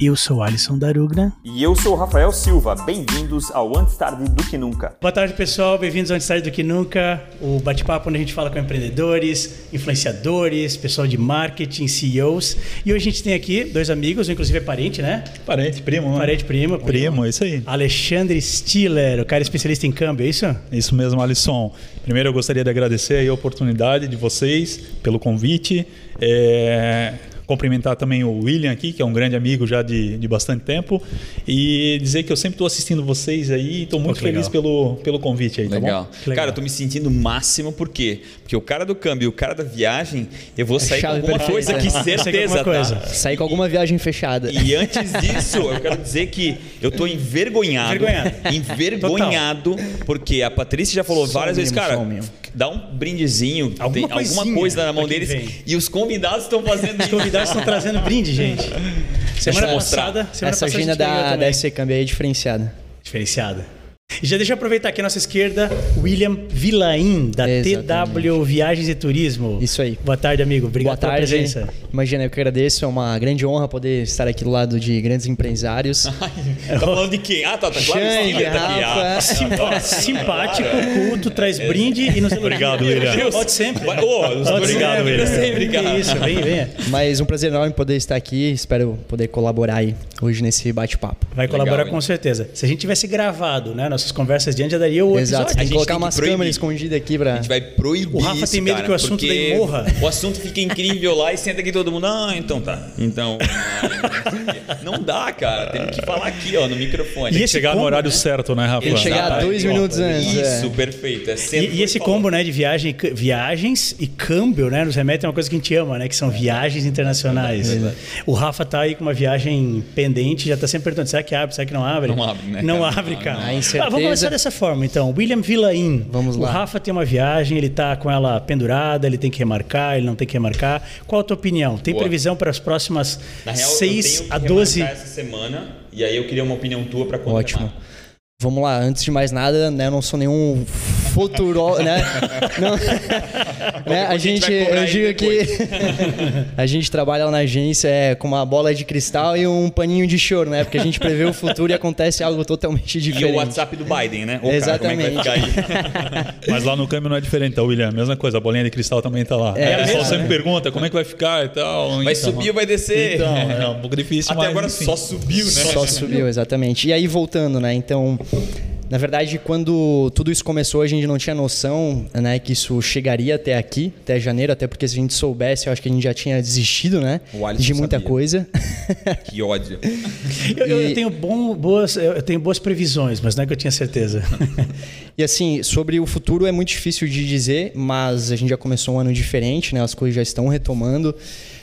Eu sou Alisson Darugna. E eu sou o Rafael Silva. Bem-vindos ao Antes Tarde do Que Nunca. Tá Boa tarde, pessoal. Bem-vindos ao Antes Tarde do Que Nunca, o bate-papo onde a gente fala com empreendedores, influenciadores, pessoal de marketing, CEOs. E hoje a gente tem aqui dois amigos, um inclusive é parente, né? Parente, primo, né? Parente, prima. Primo, é isso aí. Alexandre Stiller, o cara especialista em câmbio, é isso? Isso mesmo, Alisson. Primeiro eu gostaria de agradecer aí a oportunidade de vocês pelo convite. É, Cumprimentar também o William aqui, que é um grande amigo já de, de bastante tempo. E dizer que eu sempre estou assistindo vocês aí e estou muito que feliz legal. pelo, pelo convite aí, Legal. tá bom? legal. Cara, eu tô me sentindo o máximo, por quê? Porque o cara do câmbio e o cara da viagem, eu É vou sair com chave alguma perfeita. coisa que Eu sei que certeza, alguma coisa. tá? Sair com alguma viagem fechada. E antes disso, eu quero dizer que eu tô envergonhado. Envergonhado. envergonhado, porque a Patrícia já falou várias mesmo, vezes, cara, só mesmo. dá um brindezinho, tem Alguma alguma, coisinha coisa na mão pra quem deles. vem. E os convidados estão fazendo Os isso. convidados estão trazendo brinde, gente. Semana Essa- passada, semana Essa passada a agenda gente ganhou da, também. da SC Câmbio aí é diferenciada. diferenciada. E já deixa eu aproveitar aqui à nossa esquerda, William Vilain, da Exatamente. TW Viagens e Turismo. Isso aí. Boa tarde, amigo. Obrigado Boa tarde. pela presença. Imagina, eu que agradeço. É uma grande honra poder estar aqui do lado de grandes empresários. Tá falando de quem? Ah, tá, tá claro. Xande, sim, tá aqui, ah. Rafa. Simpa- Simpático, culto, traz brinde e nos elogia. Obrigado, William. Pode sempre. Vai- Ô, Pode obrigado, sempre, William. Sempre, Que cara. isso, vem, venha. Mas um prazer enorme poder estar aqui. Espero poder colaborar aí hoje nesse bate-papo. Vai Legal, colaborar hein? com certeza. Se a gente tivesse gravado, né, nossas conversas de antes, já daria o um Exato. episódio. Tem gente que colocar tem que umas proibir. câmeras escondidas aqui pra. A gente vai proibir O Rafa isso, tem medo cara, que o assunto porque daí morra. O assunto fica incrível lá e senta aqui todo mundo. Ah, então tá. Então. Não dá, cara. Temos que falar aqui, ó, no microfone. E esse Chegar combo, no horário né? certo, né, Rafa? Tem que chegar Exato. dois minutos antes. Tá, Isso, é. perfeito. É sempre E, e esse combo, né, de viagem, viagens e câmbio, né, nos remete a uma coisa que a gente ama, né, que É. são viagens internacionais. O Rafa tá aí com uma viagem pendente, já tá sempre perguntando, será que abre, será que não abre? Não abre, né, Não cara? abre, Não, cara. não. Ah, A vamos incerteza- começar dessa forma, então. William Villain. Vamos lá. O Rafa tem uma viagem, ele tá com ela pendurada, ele tem que remarcar, ele não tem que remarcar. Qual a tua opinião? Tem Boa. previsão para as próximas Na real, eu 6 tenho que a 12... remarcar essa semana e aí eu queria uma opinião tua pra quando Ótimo. remarca. Vamos lá, antes de mais nada, né, eu não sou nenhum futuró, né? Não. Né, coisa a a gente gente, vai cobrar eu ele digo que a gente trabalha lá na agência é, com uma bola de cristal e um paninho de choro, né? Porque a gente prevê o futuro e acontece algo totalmente E o diferente. WhatsApp do Biden, né? Ô, Exatamente. Cara, como é que vai ficar aí? Mas lá no câmbio não é diferente, tá, William? Mesma coisa, a bolinha de cristal também tá lá. o É, pessoal é. sempre pergunta como é que vai ficar e tal. Vai então, subir ou vai descer? Então, é um pouco difícil, Até mas, agora enfim. só subiu, né? Só subiu, exatamente. E aí voltando, né? Então, na verdade, quando tudo isso começou, a gente não tinha noção, né, que isso chegaria até aqui, até janeiro, até porque se a gente soubesse, eu acho que a gente já tinha desistido, né? O Alisson De muita sabia. coisa. Que ódio. Eu, eu- eu E- tenho bom- boas, eu tenho boas previsões, mas não é que eu tinha certeza. E assim, sobre o futuro é muito difícil de dizer, mas a gente já começou um ano diferente, né? As coisas já estão retomando.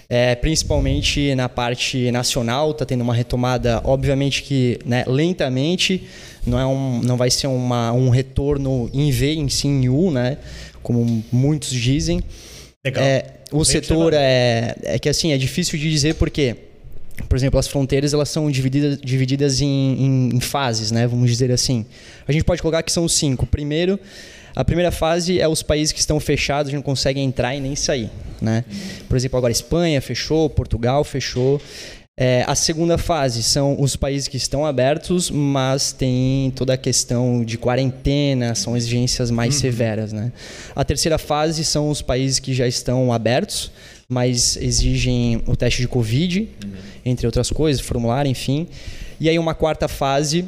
É, principalmente na parte nacional, está tendo uma retomada, obviamente que né, lentamente, não, é um, não vai ser uma, um retorno em V, em si, em U, né? Como muitos dizem. Legal. É, o Bem setor é, é que assim, é difícil de dizer porque, por exemplo, as fronteiras elas são divididas, divididas em, em- em fases, né? Vamos dizer assim. A gente pode colocar que são cinco. Primeiro, a primeira fase é os países que estão fechados, não conseguem entrar e nem sair, né? Por exemplo, agora Espanha fechou, Portugal fechou. É, a segunda fase são os países que estão abertos, mas tem toda a questão de quarentena, são exigências mais severas. Né? A terceira fase são os países que já estão abertos, mas exigem o teste de Covid, Uhum. entre outras coisas, formulário, enfim. E aí, uma quarta fase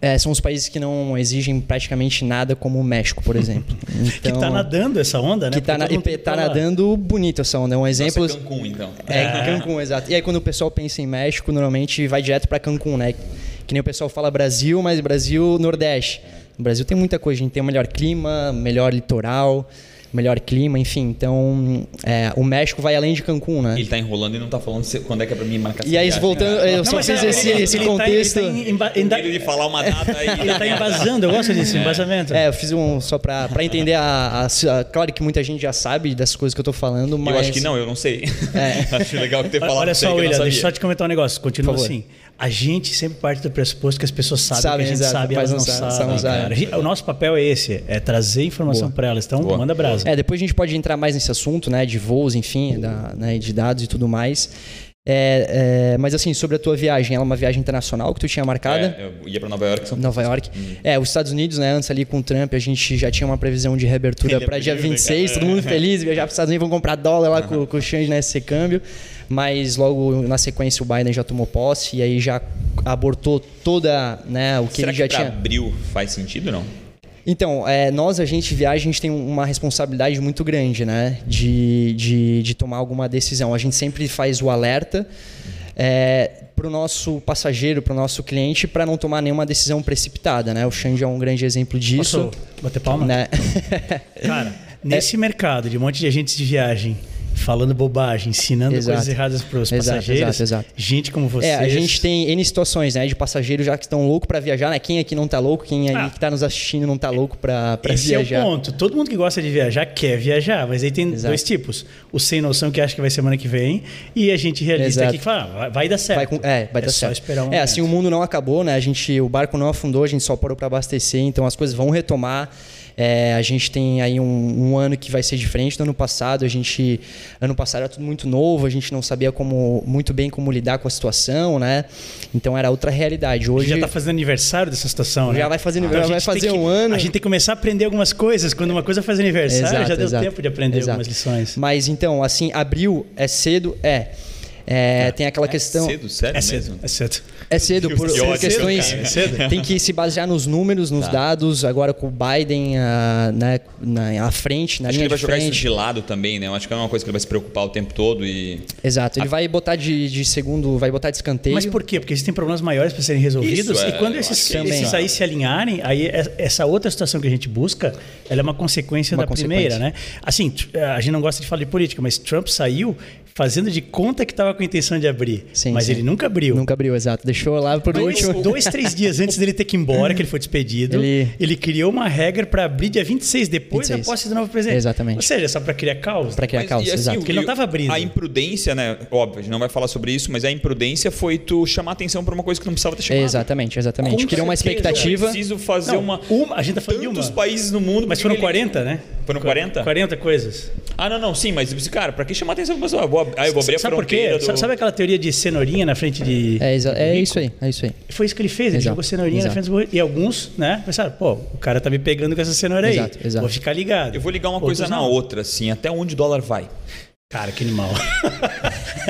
é, são os países que não exigem praticamente nada, como o México, por exemplo. que Então, tá nadando essa onda, né? que tá Porque na- todo mundo e tá lá. nadando bonito essa onda. É um exemplo. Nossa, Cancún, então. É, Cancún, exato. E aí quando o pessoal pensa em México, normalmente vai direto pra Cancún, né? Que nem o pessoal fala Brasil, mas Brasil Nordeste. No Brasil tem muita coisa, a gente tem o melhor clima, melhor litoral, melhor clima, enfim. Então, é, o México vai além de Cancún, né? Ele tá enrolando e não tá falando se- quando é que é pra mim marcar E aí, voltando, eu tá né? Não, só mas fiz ele- esse, ele- esse ele tá- contexto. ele tá, emba- Ele emba- de falar uma data aí. ele tá embasando, eu gosto disso, embasamento. É, eu fiz um só pra, pra entender a, a- a- Claro que muita gente já sabe das coisas que eu tô falando, mas. Eu acho que não, eu não sei. Acho legal que ter É. Olha- falado Olha só, isso aí que eu não William, sabia. deixa eu só te comentar um negócio. Continua Por favor. assim. a gente sempre parte do pressuposto que as pessoas sabem Sabem, que a gente exato. sabe, elas Mas não, não sabem, sabem. sabem, sabem. cara. A gente- O nosso papel é esse, é trazer informação Boa. para elas. Então, Boa. manda brasa. É, depois a gente pode entrar mais nesse assunto, né? De voos, enfim, da- né, de dados e tudo mais. É, é, mas assim, sobre a tua viagem, ela é uma viagem internacional que tu tinha marcada? É, eu ia pra Nova York, São Nova York. É, os Estados Unidos, né? Antes ali com o Trump, a gente já tinha uma previsão de reabertura é Ele para dia abriu, né, 26, cara? todo mundo feliz, viajar para os Estados Unidos, vão comprar dólar lá com, com o Xande, né? Esse câmbio. Mas logo na sequência o Biden já tomou posse e aí já abortou toda, né? O que Será ele que já pra tinha. abril faz sentido não? Então, é, nós, a gente viaja, a gente tem uma responsabilidade muito grande, né? De, de, de tomar alguma decisão. A gente sempre faz o alerta para o nosso passageiro, para o nosso cliente, para não tomar nenhuma decisão precipitada, né? O Xande é um grande exemplo Posso disso. bater palma? Né? Cara, É. nesse mercado de um monte de agentes de viagem falando bobagem, ensinando Exato. coisas erradas para os Exato, passageiros, exato, exato. gente como vocês... É, a gente tem N situações, né? De passageiros já que estão louco para viajar, né? Quem aqui não tá louco, quem aí Ah. que tá nos assistindo não tá louco para Esse viajar. é o ponto. Todo mundo que gosta de viajar quer viajar, mas aí tem Exato. dois tipos. O sem noção que acha que vai semana que vem e a gente realista Exato. aqui que fala, ah, vai, vai dar certo. Vai com- é, vai é dar só certo. esperar um é, assim, o momento. mundo não acabou, né? A gente, o barco não afundou, a gente só parou para abastecer, então as coisas vão retomar. É, a gente tem aí um, um ano que vai ser diferente do ano passado. A gente, ano passado era tudo muito novo, a gente não sabia como muito bem como lidar com a situação, né? Então era outra realidade. A gente Hoje já tá fazendo aniversário dessa situação, né? Já vai fazer- já a gente vai tem fazer que- um ano. A gente tem que começar a aprender algumas coisas. Quando uma coisa faz aniversário, já deu exato. tempo de aprender Exato. algumas lições. Mas então, assim, abril é cedo, é. É, tem aquela questão. cedo, sério É cedo, mesmo? é cedo. É cedo, por, Que por ódio, questões. cara. É Tá. cedo? Tem que se basear nos números, nos dados, agora com o Biden ah, né, na, à frente, na Acho que linha ele vai de jogar frente. isso de lado também, né? Eu acho que é uma coisa que ele vai se preocupar o tempo todo e. Exato. Ele vai botar de, de segundo, vai botar de escanteio. Mas por quê? Porque existem problemas maiores para serem resolvidos Isso, e é, quando eu esses, acho que é esses isso. aí se alinharem, aí é- essa outra situação que a gente busca, ela é uma consequência Uma da primeira, consequência. né? Assim, tr- a gente não gosta de falar de política, mas Trump saiu fazendo de conta que estava com a intenção de abrir, Sim, mas sim. ele nunca abriu. Nunca abriu, exato. Deixou lá por Mas último. Dois, três dias antes dele ter que ir embora, que ele foi despedido, ele, Ele- criou uma regra para abrir dia 26, depois da 26. posse do novo presidente. Exatamente. Ou seja, só para criar caos. Pra criar Mas, caos, e assim, é exato. o- Porque ele não tava abrindo. A imprudência, né? Óbvio, a gente não vai falar sobre isso, mas a imprudência foi tu chamar atenção pra uma coisa que não precisava ter chamado. Exatamente, exatamente. Com Criou uma certeza, Eu expectativa. preciso fazer Não, uma. uma- a gente tá falando de Tantos Tá. uma. países no mundo. Mas foram porque ele- 40, né? Foram 40? 40 coisas. Ah, não, não, sim, mas tipo assim, cara, pra que chamar atenção pra pessoa? Eu vou ab- Ah, eu vou abrir a Sabe por quê? fronteira. do- Sa- Sabe aquela teoria de cenourinha na frente de. É, exa- é isso aí, é isso aí. Foi isso que ele fez, ele Exato, jogou cenourinha exato. na frente do burrito. E alguns, né, pensaram, pô, o cara tá me pegando com essa cenoura aí. Exato, exato. Vou ficar ligado. Eu vou ligar uma coisa Outros na não. outra, assim, até onde o dólar vai. Cara, que animal.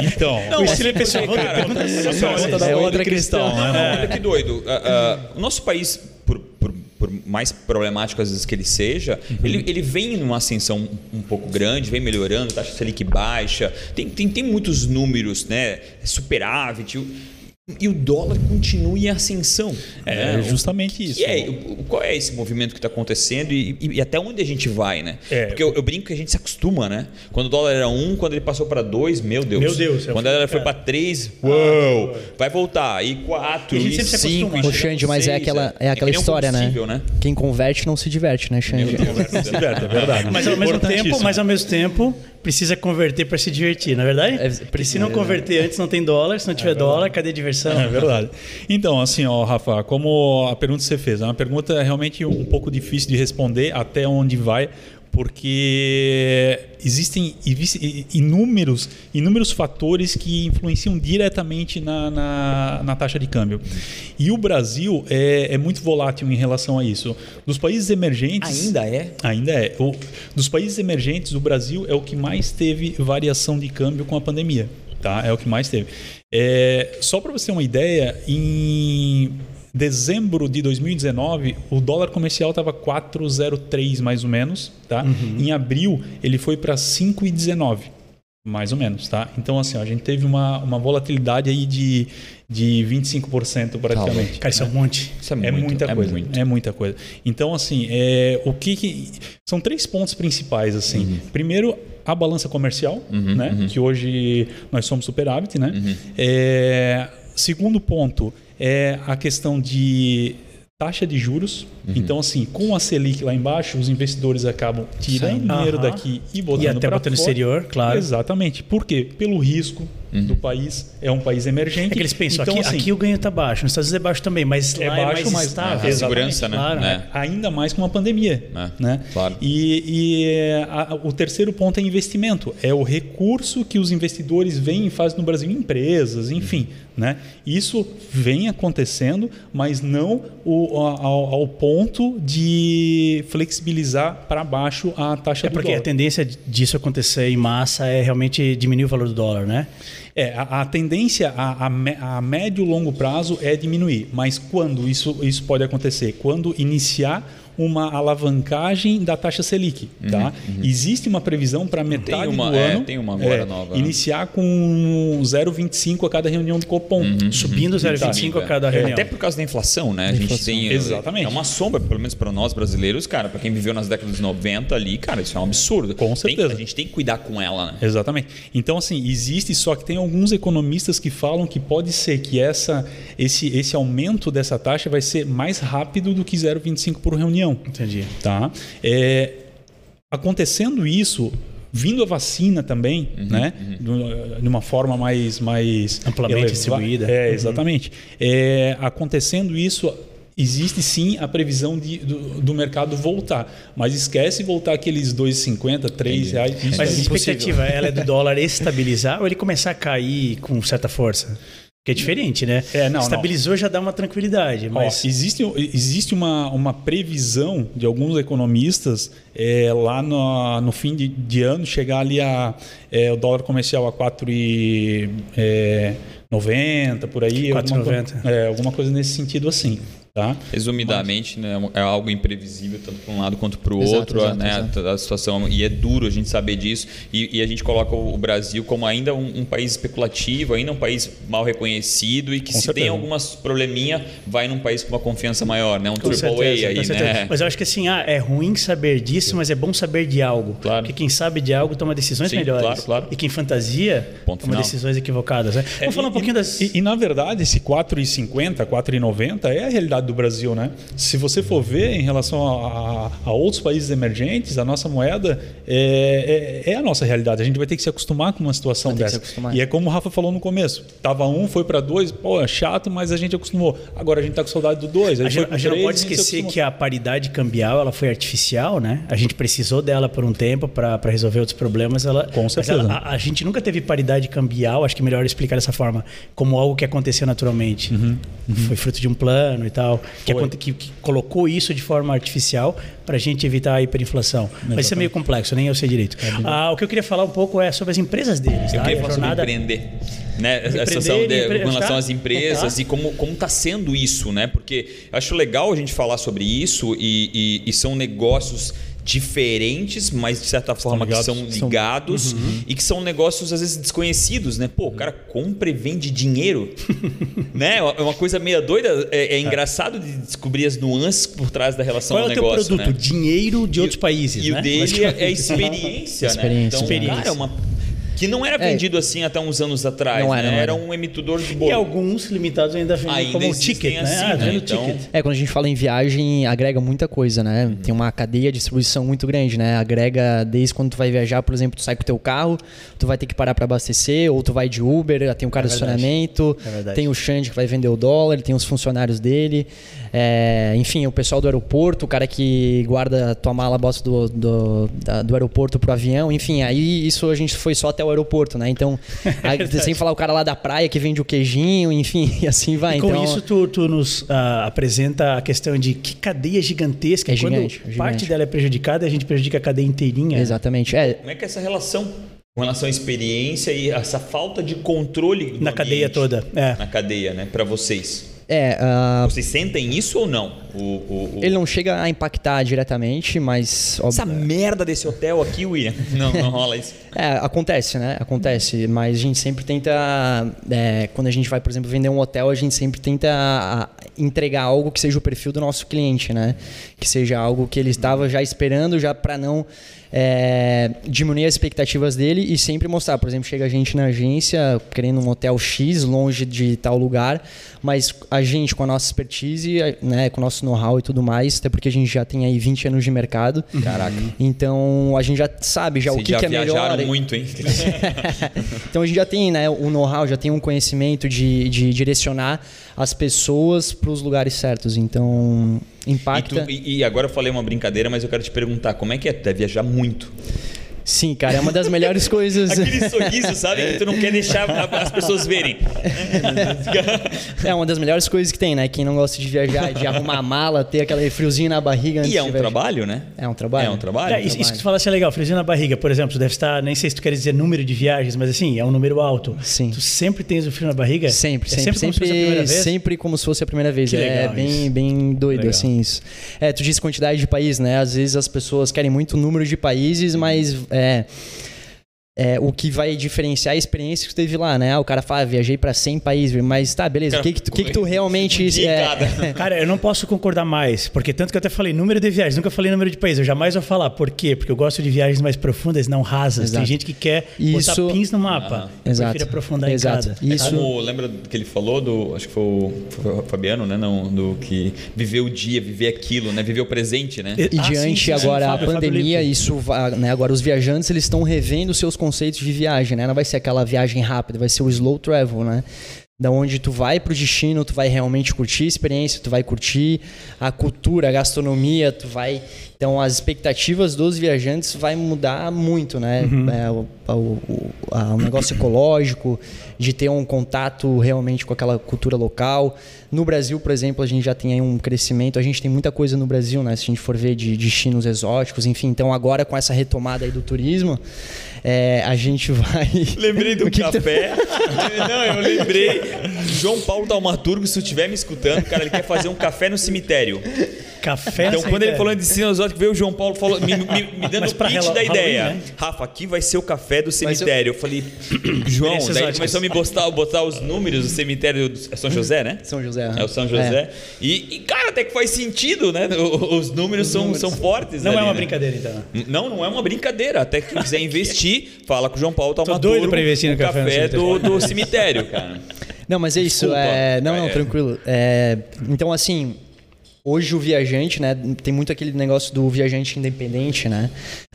Então, Não, O mas estilo é porque, pessoal, cara, pergunta olha essa só, pra olha vocês. da É bola outra do cristão, questão, né? É. Olha que doido. Ah, ah, o nosso país, por, por- por mais problemático às vezes que ele seja, Uhum. ele, ele vem numa ascensão um pouco grande, vem melhorando, taxa Selic baixa, tem, tem, tem muitos números, né? Superávit. o- E o dólar continua em ascensão. é né? justamente Que isso. é, o- o- qual é esse movimento que está acontecendo e, e- e até onde a gente vai, né? É. Porque eu, eu brinco que a gente se acostuma, né? Quando o dólar era um, quando ele passou para dois, meu Deus. Meu Deus, é Quando um ela foi para cara. Ah, três, uou! Vai voltar. E E quatro, a e, gente sempre se cinco, acostuma, e né? Chega Ô, chega Xande, com mas é seis, aquela, é aquela que nem um história, né? combustível, Quem converte não se diverte, né, Xande? Meu Deus, né? Certo, é verdade. Mas ao mesmo tempo, Importantíssimo. mas ao mesmo tempo, precisa converter para se divertir, não é verdade? É, Porque se não converter antes, não tem dólar. Se não tiver dólar, cadê a diversão? É verdade. Então, assim, ó, Rafa, como a pergunta que você fez, é uma pergunta realmente um pouco difícil de responder até onde vai, porque existem ivi- inúmeros, inúmeros fatores que influenciam diretamente na, na, na taxa de câmbio. E o Brasil é, é muito volátil em relação a isso. Dos países emergentes. Ainda é? Ainda é. O- dos países emergentes, o Brasil é o que mais teve variação de câmbio com a pandemia. Tá? É o que mais teve. É, só para você ter uma ideia, em dezembro de 2019, o dólar comercial estava 4,03 mais ou menos. Tá? Em abril, ele foi para 5,19. Mais ou menos, tá? Então, assim, ó, a gente teve uma, uma volatilidade aí de, de 25% praticamente. Cara, isso é um monte. Isso é, É muito, muita é coisa. É, muito. muita coisa. Então, assim, é, o que, que- São três pontos principais, assim. Uhum. Primeiro, a balança comercial, né? Que hoje nós somos superávit, né? Uhum. É, segundo ponto é a questão de taxa de juros. Uhum. Então, assim, com a Selic lá embaixo, os investidores acabam tirando Saindo. dinheiro Aham. daqui e E botando até pra botando no fora. exterior, claro. Uhum. Exatamente. Por quê? Pelo risco, do país é um país É emergente. que eles pensam, então, aqui, assim, aqui o ganho tá baixo, nos Estados Unidos é baixo também, mas É lá baixo, é mais mas- estável. é, a segurança, né? Claro, É. né? ainda mais com uma pandemia. É, né? claro. E, e, é, a- o terceiro ponto é investimento. É o recurso que os investidores vêm e fazem no Brasil, em empresas, enfim. Uhum. Né? Isso vem acontecendo, mas não o- a- ao, ao ponto de flexibilizar para baixo a taxa É do porque dólar. a tendência disso acontecer em massa é realmente diminuir o valor do dólar, né? É, a, a tendência a, a, mé- a médio e longo prazo é diminuir, mas quando isso, isso pode acontecer? Quando iniciar uma alavancagem da taxa Selic, tá? Existe uma previsão para metade Uhum, uma- do é, ano. tem uma agora nova, né? Iniciar com 0,25 a cada reunião do Copom. Uhum. Subindo 0,25 a cada reunião. Então, é, Até por causa da inflação, né? A gente tem. Exatamente. É uma sombra, pelo menos para nós brasileiros, cara. Para quem viveu nas décadas de 90 ali, cara, isso é um absurdo. Com Tem- certeza. a gente tem que cuidar com ela, né? Exatamente. Então, assim, existe, só que tem alguns economistas que falam que pode ser que essa, esse, esse aumento dessa taxa vai ser mais rápido do que 0,25 por reunião. Entendi. Tá? É, acontecendo isso, vindo a vacina também, Uhum, né? Do- De uma forma mais. mais Amplamente eleva- distribuída. É, Uhum. exatamente. É, acontecendo isso. Existe sim a previsão de, do, do mercado voltar, mas esquece voltar aqueles 2,50, 3 reais. Mas isso é a impossível. expectativa, ela é do dólar estabilizar ou ele começar a cair com certa força? Que é diferente, né? É, não, Estabilizou já dá uma tranquilidade, Ó, mas... existe um, existe uma, uma previsão de alguns economistas é, lá no, no fim de, de ano chegar ali a é, o dólar comercial a 4 e é, 90 por aí alguma, 4,90. co- é, alguma coisa nesse sentido assim tá Resumidamente, né, é algo imprevisível, tanto para um lado quanto para o Exato, outro, exato, né, exato. a situação. E é duro a gente saber disso. E, e a gente coloca o, o Brasil como ainda um, um país especulativo, ainda um país mal reconhecido e que Com se tem certeza. algumas probleminha, vai num país com uma confiança maior, né? Um Com triple certeza, A aí, com certeza. né? Mas eu acho que assim, ah, é ruim saber disso, mas é bom saber de algo. Claro. Porque quem sabe de algo toma decisões Sim, melhores. claro, claro. E quem fantasia Ponto toma final. decisões equivocadas. Né? Vamos falar um E- pouquinho e, das. E, e, na verdade, esse 4,50, 4,90 é a realidade do Brasil, né? Se você for ver em relação a, a- a outros países emergentes, a nossa moeda é, é- é a nossa realidade. A gente vai ter que se acostumar com uma situação Vai ter que dessa. se acostumar. E é como o Rafa falou no começo: tava um, foi para dois, pô, é chato, mas a gente acostumou. Agora a gente tá com saudade do dois. aí A foi gente, pro a gente não três, pode a gente se esquecer acostumou. que a paridade cambial ela foi artificial, né? A gente precisou dela por um tempo para resolver outros problemas. Ela, Com mas certeza. ela- a, a gente nunca teve paridade cambial, acho que é melhor explicar dessa forma, como algo que aconteceu naturalmente. Uhum, Foi fruto de um plano e tal, que, Foi. aconte- que- que colocou isso de forma artificial para a gente evitar a hiperinflação. Mas isso é meio complexo, nem eu sei direito. Ah, o que eu queria falar um pouco é sobre as empresas deles. É tá? E Eu queria a falar sobre jornada empreender, né? Essa Empreender situação de- e empre- com relação tá? às empresas Tá. e como como está sendo isso, né? Porque eu acho legal a gente falar sobre isso e, e- e são negócios diferentes, mas de certa forma que ligados. são ligados Uhum. e que são negócios às vezes desconhecidos, né? Pô, o cara compra e vende dinheiro, né? É uma coisa meio doida, é, é engraçado de descobrir as nuances por trás da relação Qual é ao o teu negócio, produto? né? Dinheiro de E- outros países, E né? o dele é, é Basicamente. experiência, né? Experiência, Então, experiência. cara, é uma... Que não era É. vendido assim até uns anos atrás, Não né? era, não Era. era. um emitidor E de é bolo. alguns limitados ainda vendem Ainda como um existem ticket, né? assim, ah, né? vendo Então- ticket. É, quando a gente fala em viagem, agrega muita coisa, né? Uhum. Tem uma cadeia de distribuição muito grande, né? Agrega desde quando tu vai viajar, por exemplo, tu sai com o teu carro, tu vai ter que parar pra abastecer, ou tu vai de Uber, eh, tem o cara do É verdade. estacionamento, É verdade. tem o Xande que vai vender o dólar, tem os funcionários dele, é, enfim, o pessoal do aeroporto, o cara que guarda a tua mala, bosta do, do, da- do aeroporto pro avião, enfim, aí isso a gente foi só até o aeroporto, né? Então, aí, É sem falar o cara lá da praia que vende o queijinho, enfim, e assim vai. E com então, isso, tu, tu nos ah, apresenta a questão de que cadeia gigantesca. É e Quando gigante, é parte gigante. dela é prejudicada, a gente prejudica a cadeia inteirinha. Exatamente. É, Como é que é essa relação com relação à experiência e essa falta de controle do Na cadeia ambiente, toda, é. Na cadeia, né? Pra vocês. É, ah, Vocês sentem isso ou não? O, o- o- ele É. não chega a impactar diretamente, mas. óbvio, Essa merda desse hotel aqui, William. Não, não rola isso. é, acontece, né? Acontece. Mas a gente sempre tenta. é, quando a gente vai, por exemplo, vender um hotel, a gente sempre tenta a- entregar algo que seja o perfil do nosso cliente, né? Que seja algo que ele estava já esperando, já para não é, diminuir as expectativas dele e sempre mostrar. Por exemplo, chega a gente na agência querendo um hotel X longe de tal lugar, mas a gente com a nossa expertise, a- né, com o nosso know-how e tudo mais, até porque a gente já tem aí 20 anos de mercado. Caraca. Então a gente já sabe já o Vocês que, já que é viajaram melhor. muito, hein? Então a gente já tem né, um know-how, já tem um conhecimento de, de direcionar as pessoas para os lugares certos. Então E, impacta. tu- e- e agora eu falei uma brincadeira, mas eu quero te perguntar, como é que é tu deve viajar muito? Sim, cara, é uma das melhores coisas. Aquele sorriso, sabe? Que tu não quer deixar a- as pessoas verem. é uma das melhores coisas que tem, né? Quem não gosta de viajar, de arrumar a mala, ter aquele friozinho na barriga. antes E é de um viajar. trabalho, né? É um trabalho. É um trabalho. É, isso, isso que tu falasse é legal, friozinho na barriga, por exemplo, tu deve estar, nem sei se tu quer dizer número de viagens, mas assim, é um número alto. Sim. Tu sempre tens o frio na barriga? Sempre, é sempre, como se sempre, fosse a primeira sempre, vez? como se fosse a primeira vez. Que é legal bem, isso. bem doido, Legal. assim, isso. É, tu disse quantidade de país, né? Às vezes as pessoas querem muito número de países, mas é, é o que vai diferenciar é a experiência que tu teve lá, né? Ah, O cara fala, "Ah, viajei pra 100 países, mas tá, beleza, o que que tu, o que que tu realmente... De é, cada. Cara, eu não posso concordar mais, porque tanto que eu até falei número de viagens, nunca falei número de países, eu jamais vou falar. Por quê? Porque eu gosto de viagens mais profundas, não rasas. Exato. Tem gente que quer Isso- Ah, botar pins no mapa. eu Exato. prefiro aprofundar em Exato. cada. Ah, E- É Isso- como, lembra que ele falou do. Acho que foi o, foi o Fabiano, né? Não, do que viver o dia, viver aquilo, né? Viver o presente, né? E- E Ah, sim, diante sim, sim, agora Fábio, a Fábio pandemia, Lippe. isso va- né, agora os viajantes eles estão revendo seus conceitos de viagem, né? Não vai ser aquela viagem rápida, vai ser o slow travel, né? Da onde tu vai pro destino, tu vai realmente curtir a experiência, tu vai curtir a cultura, a gastronomia, tu vai. Então as expectativas dos viajantes vai mudar muito, né? Uhum. É, o, o- o- a- o negócio ecológico, de ter um contato realmente com aquela cultura local. No Brasil, por exemplo, a gente já tem aí um crescimento, a gente tem muita coisa no Brasil, né? Se a gente for ver de de destinos exóticos, enfim. Então agora com essa retomada aí do turismo, é, a gente vai. Lembrei do O que tá que tu- café. Não, eu lembrei. João Paulo Dalmaturgo, se tu estiver me escutando, cara, ele quer fazer um café no cemitério. Café Então, sem quando ele é ideia. falou de ensino exótico, veio o João Paulo falou, me, me- me dando Mas o pra pitch Halo- da ideia. Halloween, né? Rafa, aqui vai ser o café do cemitério. Eu falei, João, Experiências daí ele óticas. começou a me botar, botar os números do cemitério. Do, é Uhum. São José, né? São José, É o São José. E, e, cara, até que faz sentido, né? O- o- Os números, são, são fortes. Não ali, é uma né? brincadeira, então. Não, não é uma brincadeira. Até que quiser investir, fala com o João Paulo Talmaturgo. doido pra investir no o café no do, cemitério. do cemitério, cara. Não, mas é isso. Desculpa. é- Não, não, É. tranquilo. É, Então, assim, hoje o viajante, né? Tem muito aquele negócio do viajante independente, né?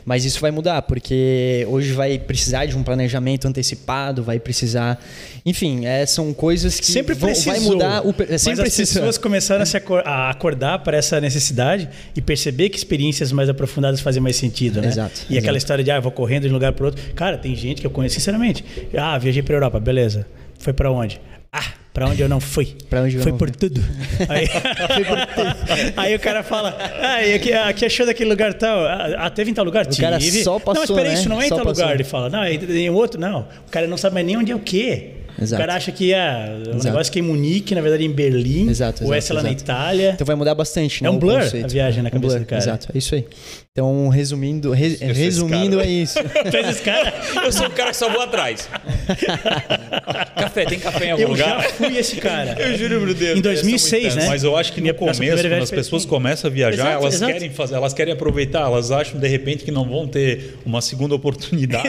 Mas isso vai mudar, porque hoje vai precisar de um planejamento antecipado, vai precisar. Enfim, é, são coisas que Sempre vão, precisou. vai mudar. O... per- é, Sempre mas as precisa. pessoas começaram a, se acor- a acordar para essa necessidade e perceber que experiências mais aprofundadas fazem mais sentido, né? E Exato, exato. aquela história de, ah, eu vou correndo de um lugar para outro. Cara, tem gente que eu conheço, sinceramente. Ah, viajei para Europa, beleza. Foi para onde? Ah, para onde eu não fui? Pra onde eu Foi não por fui. tudo. Aí, Aí o cara fala, ah, e aqui, aqui achou daquele lugar tal. Ah, ah, teve em tal lugar? O cara só Não, passou, espera aí, né? isso não é em Só tal passou. lugar. Ele fala, não, é em outro, não. O cara não sabe mais nem onde é o quê. Exato. O cara acha que é um Exato. negócio que é em Munique, na verdade em Berlim, Exato, ou é exato, sei lá na exato. Itália. Então vai mudar bastante, né? É um o blur conceito. a viagem na É um cabeça blur, do cara. Exato, é isso aí. Então, resumindo, re- resumindo é isso. Fez esse cara. Eu sou o cara que só vou atrás. café, tem café em algum Eu já lugar? fui esse cara. Eu juro por Deus. Em 2006, né? Mas eu acho que no Minha- nossa começo, primeira quando viagem as foi pessoas assim. começam a viajar, Exato, elas, exato. Querem fazer, elas querem aproveitar, elas acham de repente que não vão ter uma segunda oportunidade.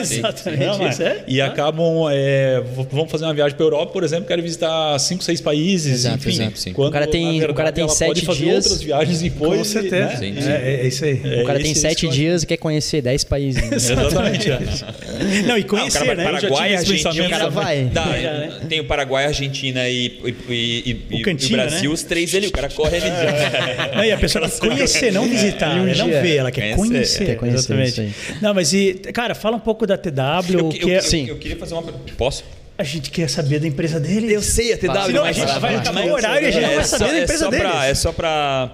Exatamente, Não é? isso é. E acabam, é, v- vão fazer uma viagem para Europa, por exemplo, querem visitar cinco, seis países, Exato, enfim. exato, sim. Quando, O cara tem- na o verdade, cara tem ela sete pode fazer dias. outras viagens depois. Com certeza. né? É, é- é isso aí. É, O cara tem esse- sete esse- dias e quer conhecer dez países. né? Exatamente. é. Não, e Ah, conhecer, o cara né? vai Eu já Paraguai, tive esse Argentina. pensamento. O cara vai. Dá, Já, né? Tem o Paraguai, Argentina e, e, e, e- O cantinho, e o Brasil, né? É, os três ali. O cara corre ali. assim. Não, e a pessoa quer conhecer, É, não visitar, um né? não dia. ver, ela quer Conhecer, conhecer. quer conhecer, exatamente. Não, mas e, cara, fala um pouco da TW, Eu, o que- que eu- é- eu- Sim. eu queria fazer uma. per- Posso? a gente quer saber da empresa deles. Eu sei, a TW, Senão a mas gente vai, vai vai. acabar o horário e a gente não vai É só- saber da empresa só deles. pra- é só para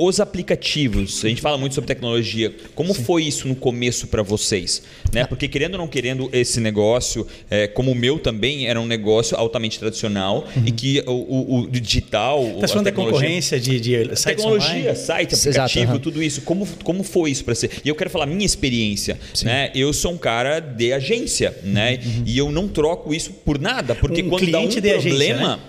os aplicativos. A gente fala muito sobre tecnologia. Como foi isso no começo para vocês? Né? Porque querendo ou não querendo esse negócio, é, como o meu também era um negócio altamente tradicional e que o, o- o digital, Uhum. Tá a falando da tecnologia- concorrência de, de sites tecnologia, online? site, Exato, aplicativo, aham. tudo isso. Como, como foi isso para você? E eu quero falar a minha experiência, né? Eu sou um cara de agência, né? E eu não troco isso por nada, porque Uhum, Um quando dá um cliente de agência, problema, né?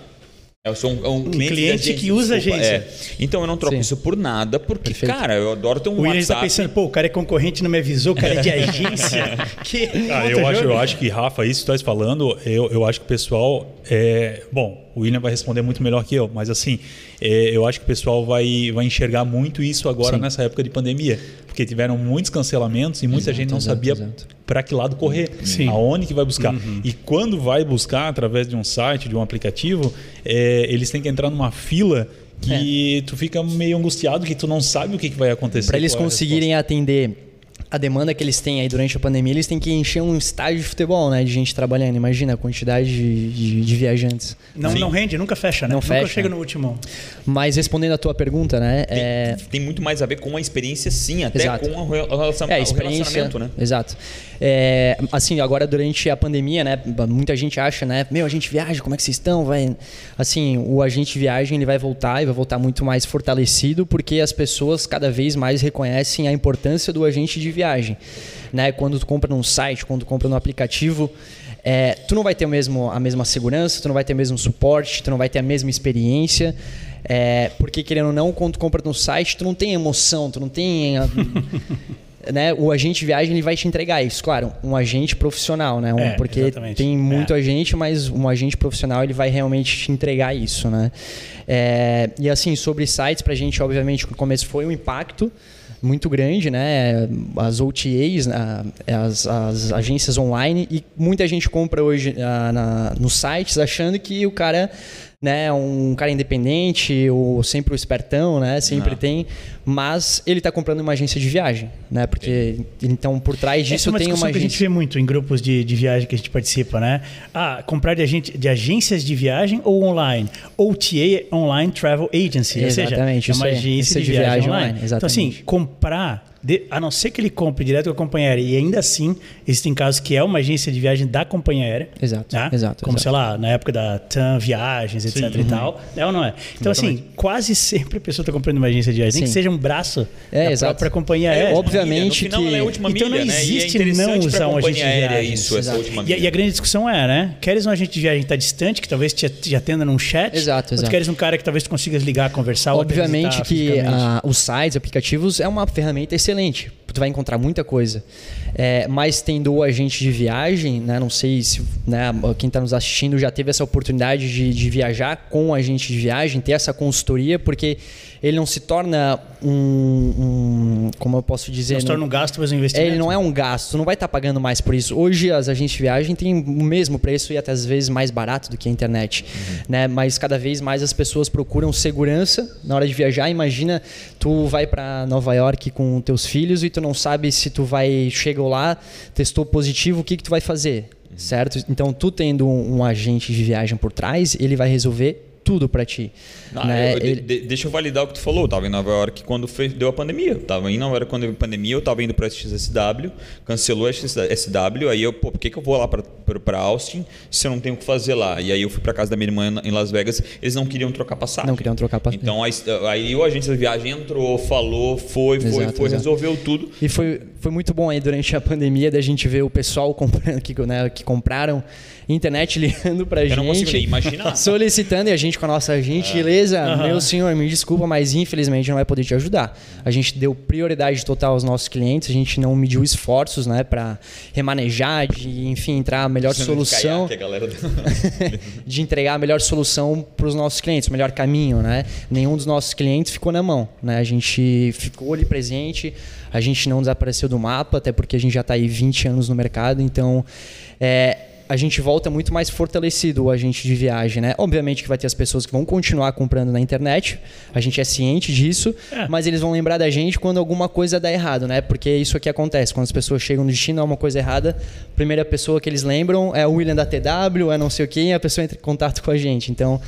Eu sou um, um cliente cliente, de agência, que usa desculpa. agência. É. Então eu não troco Sim. isso por nada, porque, Perfeito. cara, eu adoro ter um O William tá WhatsApp. pensando, pô, o cara é concorrente, não me avisou, o cara é de agência. que Ah, outro eu, acho, jogo. eu acho que, Rafa, isso que tu estás falando, eu, eu acho que o pessoal. É, bom, o William vai responder muito melhor que eu, mas assim, é, eu acho que o pessoal vai, vai enxergar muito isso agora Sim. nessa época de pandemia. Porque tiveram muitos cancelamentos e muita Exato, gente não exato, sabia exato. Uhum. para que lado correr, Sim. aonde que vai buscar. E quando vai buscar através de um site, de um aplicativo, é, eles têm que entrar numa fila que tu fica meio angustiado, que tu não sabe o que, que vai acontecer. Para É. eles qual é a conseguirem atender a demanda que eles têm aí durante a pandemia, eles têm que encher um estádio de futebol, né? De gente trabalhando. Imagina a quantidade de, de- de viajantes. Não, não rende, nunca fecha, né? Não nunca fecha. chega no último. Mas respondendo a tua pergunta, né? Tem, é- tem muito mais a ver com a experiência, sim, até Exato. com a re- o relacion- É, o experiência. relacionamento, né? Exato. É, assim, agora durante a pandemia, né? Muita gente acha, né? Meu, a gente viaja, como é que vocês estão? Vai... Assim, o agente viagem ele vai voltar e vai voltar muito mais fortalecido porque as pessoas cada vez mais reconhecem a importância do agente de viagem. Né? Quando tu compra num site, quando tu compra num aplicativo, é, tu não vai ter o mesmo, a mesma segurança, tu não vai ter o mesmo suporte, tu não vai ter a mesma experiência. é, porque querendo ou não, quando tu compra num site, tu não tem emoção, tu não tem a- né, o agente de viagem ele vai te entregar isso, claro, um agente profissional, né? Um- É, porque exatamente. tem muito É. agente, mas um agente profissional ele vai realmente te entregar isso, né? É, e assim, sobre sites, pra gente, obviamente, no começo foi um impacto muito grande, né? As OTAs, né, as, as agências online, e muita gente compra hoje ah, na- nos sites achando que o cara né, um cara independente, ou sempre o espertão, né, sempre tem, mas ele tá comprando uma agência de viagem, né, porque então por trás Essa é disso uma tem discussão uma que a gente agência. vê muito em grupos de, de viagem que a gente participa, né? Ah, comprar de, agente, de agências de viagem ou online? OTA, Online Travel Agency. Exatamente, ou seja, é isso aí. uma agência de, viagem, online. Então, exatamente. assim, comprar, de- a não ser que ele compre direto com a companhia aérea, e ainda assim, existem casos que é uma agência de viagem da companhia aérea. Exato, né? exato, Como, exato. sei lá, na época da TAM Viagens, etc e tal. É ou não é? Então, assim, quase sempre a pessoa está comprando uma agência de viagem, nem Sim. que seja um braço É, da exato. própria companhia É, aérea. óbvio. obviamente no final, que- ela é a última Então não milha, né? E existe é interessante não pra usar um companhia agente de aérea viagens. isso, essa Exato. última E, milha. a- e a grande discussão é, né? Queres um agente de viagem que está distante, que talvez te, te atenda num chat? Exato, ou tu exato. queres um cara que talvez tu consigas ligar, conversar? ou até Obviamente visitar que fisicamente? ah, os sites, aplicativos é uma ferramenta excelente. Tu vai encontrar muita coisa. É, mas tendo o agente de viagem, né, não sei se né, quem está nos assistindo já teve essa oportunidade de, de viajar com o agente de viagem, ter essa consultoria, porque ele não se torna um, um- como eu posso dizer, Não se não- torna um gasto, mas um é, investimento. ele não é um gasto, não vai estar pagando mais por isso. Hoje as agências de viagem têm o mesmo preço e até às vezes mais barato do que a internet, Uhum. né? Mas cada vez mais as pessoas procuram segurança na hora de viajar. Imagina, tu vai para Nova York com teus filhos e tu não sabe se tu vai chegou lá, testou positivo, o que que tu vai fazer? Uhum. Certo? Então tu tendo um, um agente de viagem por trás, ele vai resolver tudo para ti, Não, né? eu- de- Ele- de- deixa eu validar o que tu falou. Eu tava em Nova York quando foi- deu a pandemia. Eu tava em Nova York quando deu a pandemia, eu tava indo pra SXSW, cancelou a SXSW, aí eu, pô, por que, que eu vou lá pra, pra, pra Austin se eu não tenho o que fazer lá? E aí eu fui pra casa da minha irmã na- em Las Vegas, eles não queriam trocar passagem. Não queriam trocar passagem. Então aí, aí o agente da viagem entrou, falou, foi, foi, Exato, foi, exato. resolveu tudo. E foi, foi muito bom aí durante a pandemia da gente ver o pessoal comprando, que, né, que compraram internet ligando pra gente. Eu não consigo nem imaginar. É. Solicitando e a gente com a nossa gentileza, meu senhor, me desculpa, mas infelizmente não vai poder te ajudar. A gente deu prioridade total aos nossos clientes, a gente não mediu esforços, né, para remanejar, de, enfim, entrar a melhor Sendo de solução caiaque, a galera do- de entregar a melhor solução para os nossos clientes, o melhor caminho, né? Nenhum dos nossos clientes ficou na mão, né? A gente ficou ali presente, a gente não desapareceu do mapa, até porque a gente já está aí 20 anos no mercado, então é, a gente volta muito mais fortalecido o agente de viagem, né? Obviamente que vai ter as pessoas que vão continuar comprando na internet, a gente é ciente disso, É. mas eles vão lembrar da gente quando alguma coisa dá errado, né? Porque isso aqui acontece, quando as pessoas chegam no destino, há uma coisa errada, a primeira pessoa que eles lembram é o William da TW, é não sei o quem, e a pessoa entra em contato com a gente, então...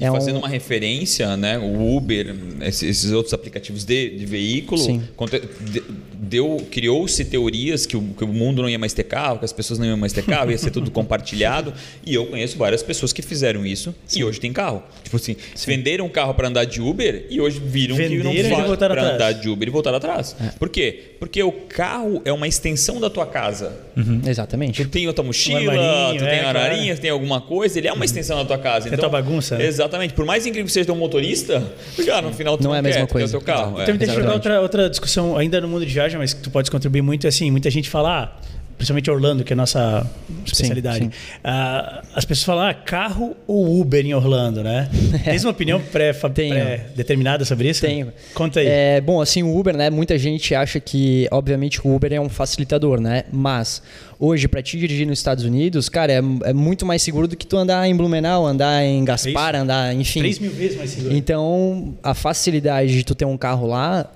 É um- fazendo uma referência, né? O Uber, esse- esses outros aplicativos de, de veículo, Sim. conte- de- deu, criou-se teorias que o, que o mundo não ia mais ter carro, que as pessoas não iam mais ter carro, ia ser tudo compartilhado. E eu conheço várias pessoas que fizeram isso e hoje tem carro. Tipo assim, venderam um carro para andar de Uber e hoje viram que Venderam e não faz voltaram para atrás. andar de Uber e voltaram atrás. É. Por quê? Porque o carro é uma extensão da tua casa. Uhum. Exatamente. Tu tem outra mochila, Um armarinho, tu tem é, ararinha, tu tem alguma coisa, ele é uma extensão da tua casa. Tem a tua bagunça, né? Exato. Exatamente. Por mais incrível que seja ter um motorista, cara, no final tu Não não, é a mesma quer, tu quer coisa. o teu carro. é. Também tem que jogar Exatamente. outra, outra discussão, ainda no mundo de viagem, mas que tu pode contribuir muito, é assim, muita gente fala, ah, principalmente Orlando, que é a nossa especialidade, sim. ah, as pessoas falam, ah, carro ou Uber em Orlando, né? Tens uma opinião pré- fa- Tenho. pré-determinada sobre isso? Tenho. Conta aí. É, bom, assim, o Uber, né? Muita gente acha que, obviamente, o Uber é um facilitador, né? Mas hoje, pra te dirigir nos Estados Unidos, cara, é, é muito mais seguro do que tu andar em Blumenau, andar em Gaspar, andar, enfim. Três mil vezes mais seguro. Então, a facilidade de tu ter um carro lá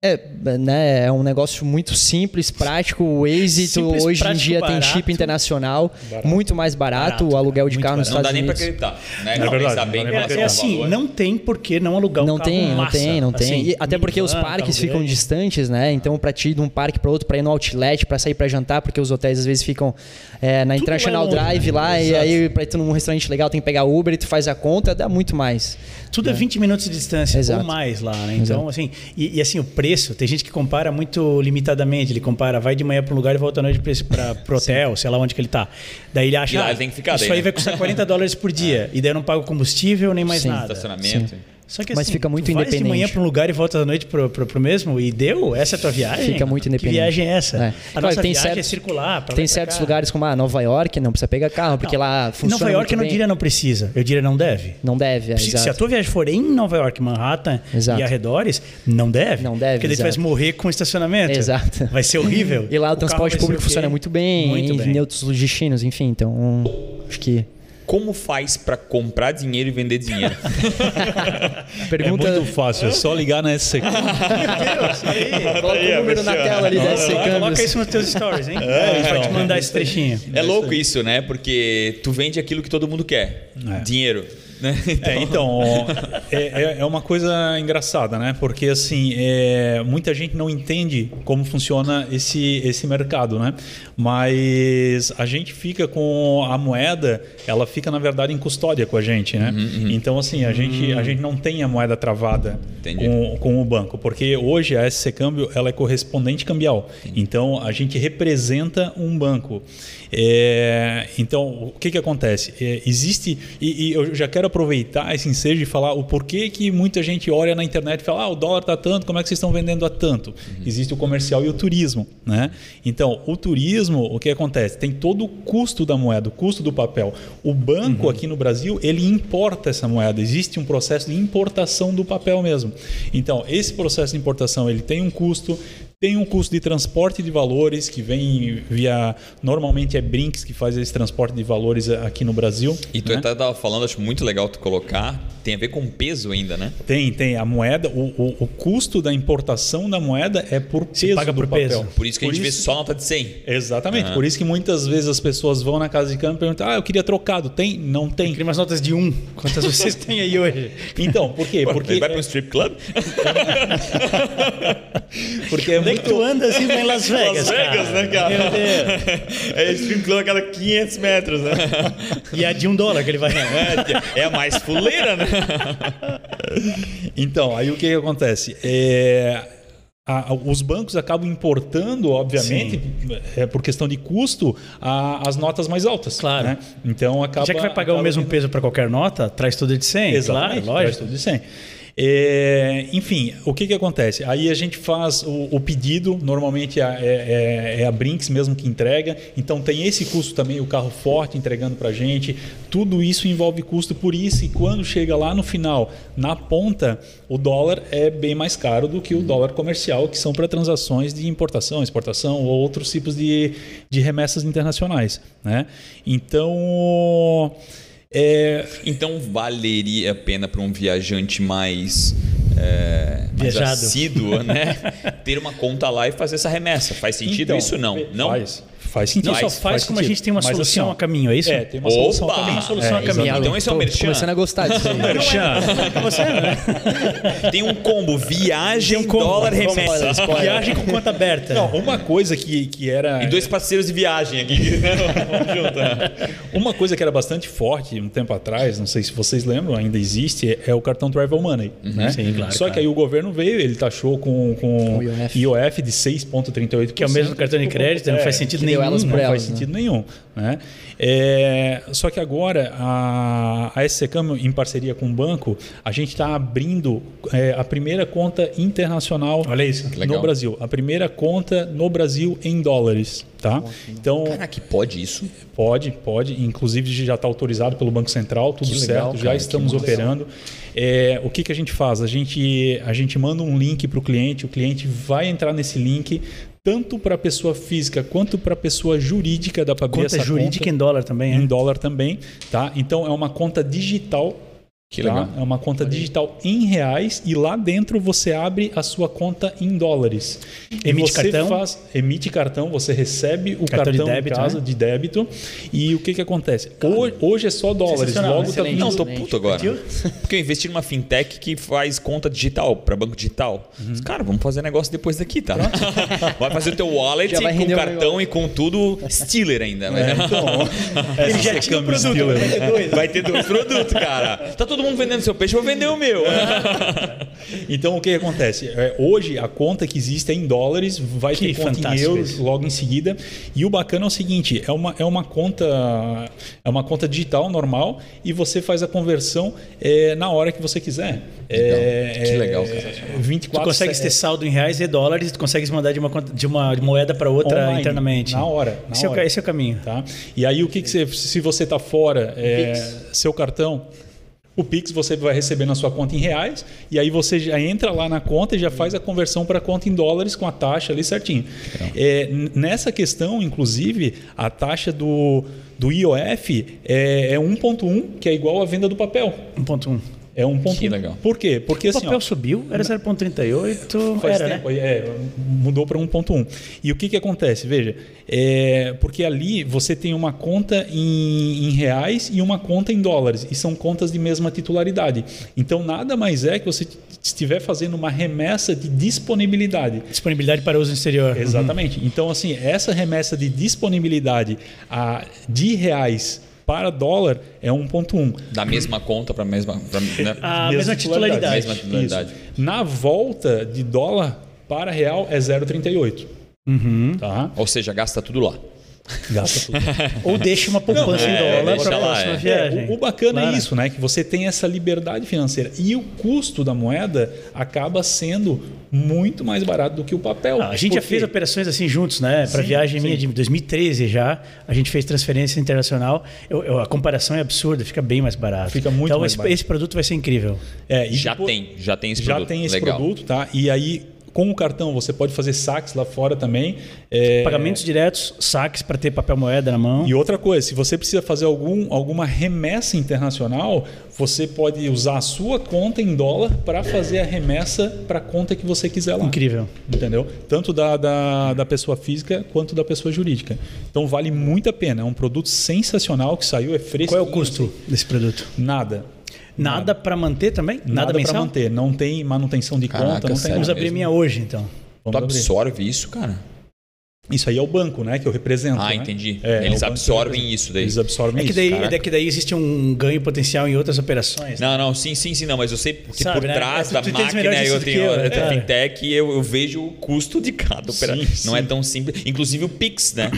é, né, é um negócio muito simples, prático. O Waze, tu, Simples, hoje em prático, dia tem barato. chip internacional, muito mais barato, Barato, o aluguel cara, de muito carro nos barato. Não Estados dá nem pra Unidos. acreditar. Né? É verdade, Pensar bem não dá nem em pra É, relação é ao assim, valor. não tem por que não alugar um Não carro tem, não massa. tem, não tem. Assim, E até porque os minivan, parques carro ficam grande. distantes, né? Então, pra ti ir de um parque pra outro, pra ir no outlet, pra sair pra jantar, porque os hotéis às vezes ficam é, na International longe, Drive né? lá, e Exato. aí pra ir num restaurante legal tem que pegar Uber e tu faz a conta, dá muito mais. Tudo a 20 minutos de distância né? Exato. ou mais lá, né? Então, assim, e, e assim, o preço, tem gente que compara muito limitadamente, ele compara, vai de manhã para um lugar e volta à noite para pro hotel, sei lá onde que ele tá. Daí ele acha, E lá "Ah, ele tem que ficar isso daí, aí né?" É. vai custar 40 dólares por dia, e daí eu não pago combustível nem mais Sim. nada. Estacionamento. Só que Mas assim, fica muito tu Vai de independente. manhã para um lugar e volta à noite pro, pro, pro mesmo e deu? Essa é a tua viagem? Fica muito independente. Que viagem é essa? É. A Claro, nossa tem viagem é certos- circular. pra lá Tem e pra certos cá. lugares como ah, Nova York, não precisa pegar carro, porque lá funciona Nova York muito eu não bem. diria não precisa, eu diria não deve. Não deve, é, Se- Se a exato. tua viagem for em Nova York, Manhattan Exato. e arredores, não deve. Não deve, Porque daí tu vai exato. morrer com estacionamento. Exato. Vai ser horrível. E lá o, carro transporte vai ser público ok. funciona muito bem, Muito em bem. É neutros destinos, enfim, então hum, acho que Como faz pra comprar dinheiro e vender dinheiro? pergunta É muito fácil, é só ligar na SC. É, Coloca o número na tela ali né? da SC Coloca, coloca Câmbios. isso nos teus stories, É, hein? A gente então. vai te mandar esse trechinho. é louco isso, né? Porque tu vende aquilo que todo mundo quer. É. Dinheiro. Né? Então, É, então, é, é- é uma coisa engraçada, né? Porque, assim, é, muita gente não entende como funciona esse, esse mercado, né? Mas a gente fica com a moeda, ela fica, na verdade, em custódia com a gente, né? Então, assim, a, gente, a gente não tem a moeda travada Entendi. com, com o banco, porque hoje a SC Câmbio ela é correspondente cambial. Então, a gente representa um banco. É, então, o que, que acontece? É, existe, e, e eu já quero aproveitar esse ensejo e falar o porquê que muita gente olha na internet e fala: ah, o dólar está tanto, como é que vocês estão vendendo a tanto? Existe o comercial e o turismo. Né? Então, o turismo, o que acontece? Tem todo o custo da moeda, o custo do papel. O banco Uhum. aqui no Brasil, ele importa essa moeda. Existe um processo de importação do papel mesmo. Então, esse processo de importação, ele tem um custo, tem um custo de transporte de valores que vem via normalmente é Brinks que faz esse transporte de valores aqui no Brasil. E tu Uhum. tá né? até tava falando, acho muito legal tu colocar, tem a ver com peso ainda, né? Tem, tem a moeda, o, o, o custo da importação da moeda é por peso Se paga do por papel. peso. Por isso que a gente vê só nota de 100. Exatamente. Por isso que muitas vezes as pessoas vão na casa de câmbio e perguntam: "Ah, eu queria trocado". Tem? Não tem. Queria umas notas de um. Quantas vocês têm aí hoje? Então, por quê? Porque Porque vai pra um strip club? porque é Onde é que tu muito anda assim vai em Las Vegas? Las Vegas, cara? né, cara? Meu Deus. é strip club a cada 500 metros, né? E a de um dólar que ele vai. É, é a mais fuleira, né? Então, aí o que, que acontece? É, a- a- os bancos acabam importando, obviamente, é, por questão de custo, a- as notas mais altas. Claro. né? Então acaba. Já que vai pagar o acaba mesmo tendo- peso para qualquer nota, traz tudo de 100, Exatamente, claro, lógico. tudo de 100. É, enfim, o que, que acontece? Aí a gente faz o, o pedido, normalmente a- é, é- é a Brinks mesmo que entrega, então tem esse custo também, o carro forte entregando para gente, tudo isso envolve custo, por isso e quando chega lá no final, na ponta, o dólar é bem mais caro do que Uhum. o dólar comercial, que são para transações de importação, exportação ou outros tipos de, de remessas internacionais. Né? Então, é, Então valeria a pena para um viajante mais, é, mais Viajado. assíduo, né? Ter uma conta lá e fazer essa remessa. Faz sentido Então, isso? Não. Não. Faz, faz sentido. Não, Então, só faz, como a gente tem uma Mas solução assim, ó, a caminho, é isso? É, tem uma Opa! solução a Tem caminho. uma solução a É, caminho. Então esse é o tô merchan? começando a gostar disso aí. é. Tem um combo viagem, combo. dólar, Vamos remessa. Viagem com conta aberta. Não, uma coisa que, que era. E dois parceiros de viagem aqui. né? Vamos né? juntar. Uma coisa que era bastante forte um tempo atrás, não sei se vocês lembram, ainda existe, é o cartão Travel Money. Uhum. né? Sim, claro, Só claro. que aí o governo veio, ele taxou com, com O IOF. de 6,38%. Que é o mesmo é cartão de crédito, não faz sentido que deu escolheu elas por não elas. faz né? sentido nenhum. Né? É, só que agora, a, a SCCAM, em parceria com o banco, a gente está abrindo é, a primeira conta internacional Olha isso. Que legal. no Brasil. A primeira conta no Brasil em dólares. Tá? Então, Caraca, pode isso? Pode, pode. Inclusive já está autorizado pelo Banco Central, tudo Que certo. legal, já cara, estamos que massa. operando. É, o que, que a gente faz? A gente, a gente manda um link para o cliente, o cliente vai entrar nesse link, tanto para a pessoa física quanto para a pessoa jurídica da Pabia Conta essa jurídica conta, em dólar também, em né? é? dólar também. tá? Então é uma conta digital. Que tá? legal. É uma conta digital em reais e lá dentro você abre a sua conta em dólares. E Emite você cartão? faz- emite cartão, você recebe o Cartão cartão, de de débito, débito, em casa né? de débito. E o que, que acontece? Hoje, hoje é só dólares, Sensacional, logo tá excelente. vindo. Não, tô Excelente. puto agora. Viu? Porque eu investi numa fintech que faz conta digital, para banco digital. Cara, vamos fazer negócio depois daqui, tá? Vai fazer o teu wallet Já vai com render um cartão e com tudo Steeler ainda, né? Ele já um tinha o produto, né? né? vai ter dois. Vai ter dois produtos, cara. Tá todo mundo vendendo seu peixe, eu vou vender o meu. Então o que, que acontece? É, hoje a conta que existe é em dólares, vai Que ter conta em fantástico euros isso. logo em seguida. E o bacana é o seguinte: é uma, é uma conta é uma conta digital normal e você faz a conversão é, na hora que você quiser. É, Que legal, é, cara. 24 Tu consegues ter saldo em reais e dólares, tu consegues mandar de uma, conta- de uma moeda para outra Online, internamente. na hora, na esse, É, o ca- hora. esse é o caminho. Tá? E aí o que, que você, se você está fora, é, seu cartão, o Pix você vai receber na sua conta em reais e aí você já entra lá na conta e já faz a conversão para a conta em dólares com a taxa ali certinho. É, n- nessa questão, inclusive, a taxa do, do IOF é, é 1.1, que é igual à venda do papel. 1.1. É 1.1. Que legal. Por quê? Porque O assim, ó, papel subiu, era 0,38, Faz era, né? tempo, é, mudou para 1.1. E o que, que acontece? Veja, é, porque ali você tem uma conta em, em reais e uma conta em dólares, e são contas de mesma titularidade. Então, nada mais é que você t- estiver fazendo uma remessa de disponibilidade. Uhum. Disponibilidade para uso no exterior. Exatamente. Então, assim, essa remessa de disponibilidade a, de reais para dólar é 1.1. Da mesma conta para mesma. Pra, né? A mesma titularidade. Mesma titularidade. Isso. Na volta de dólar para real é 0,38. Uhum. Tá? Ou seja, gasta tudo lá. Gasta tudo. Ou deixa uma poupança Não, em é, dólar deixa para a lá, próxima é. viagem. É, o, o bacana Claro. é isso, né? Que você tem essa liberdade financeira. E o custo da moeda acaba sendo muito mais barato do que o papel. Ah, a gente já Por fez quê? operações assim juntos, né? Para Sim, viagem minha sim. de 2013 já, a gente fez transferência internacional. Eu- eu- a comparação é absurda, fica bem mais barato. Fica muito então mais esse, barato. esse produto vai ser incrível. É, e Já depois- tem, já tem esse já produto. tem esse Legal. produto, tá? E aí, com o cartão, você pode fazer saques lá fora também. É, Pagamentos diretos, saques para ter papel moeda na mão. E outra coisa, se você precisa fazer algum, alguma remessa internacional, você pode usar a sua conta em dólar para fazer a remessa para a conta que você quiser lá. Incrível. Entendeu? Tanto da, da, da pessoa física quanto da pessoa jurídica. Então vale muito a pena. É um produto sensacional que saiu, é fresco. Qual é o custo desse produto? Nada. Nada para manter também? Nada, Nada, para mensal? manter. é Não tem manutenção de Caraca, conta, não tem sério? Vamos nada. abrir mesmo. minha hoje, então. Vamos Tu abrir. absorve isso, cara? Isso aí é o banco, né? Que eu represento. Ah, né? entendi. É, é o Eles banco que eu absorvem represento. isso daí. Eles absorvem É que, isso. daí, caraca. é que daí existe um ganho potencial em outras operações. né? Não, não, sim, sim, sim, não, mas eu sei porque Sabe, por né? trás Tu- da tu entendes melhor máquina disso eu do tenho que eu, né, eu tenho cara? fintech e eu, eu vejo o custo de cada operação. Sim, Não sim. é tão simples. Inclusive o Pix, né?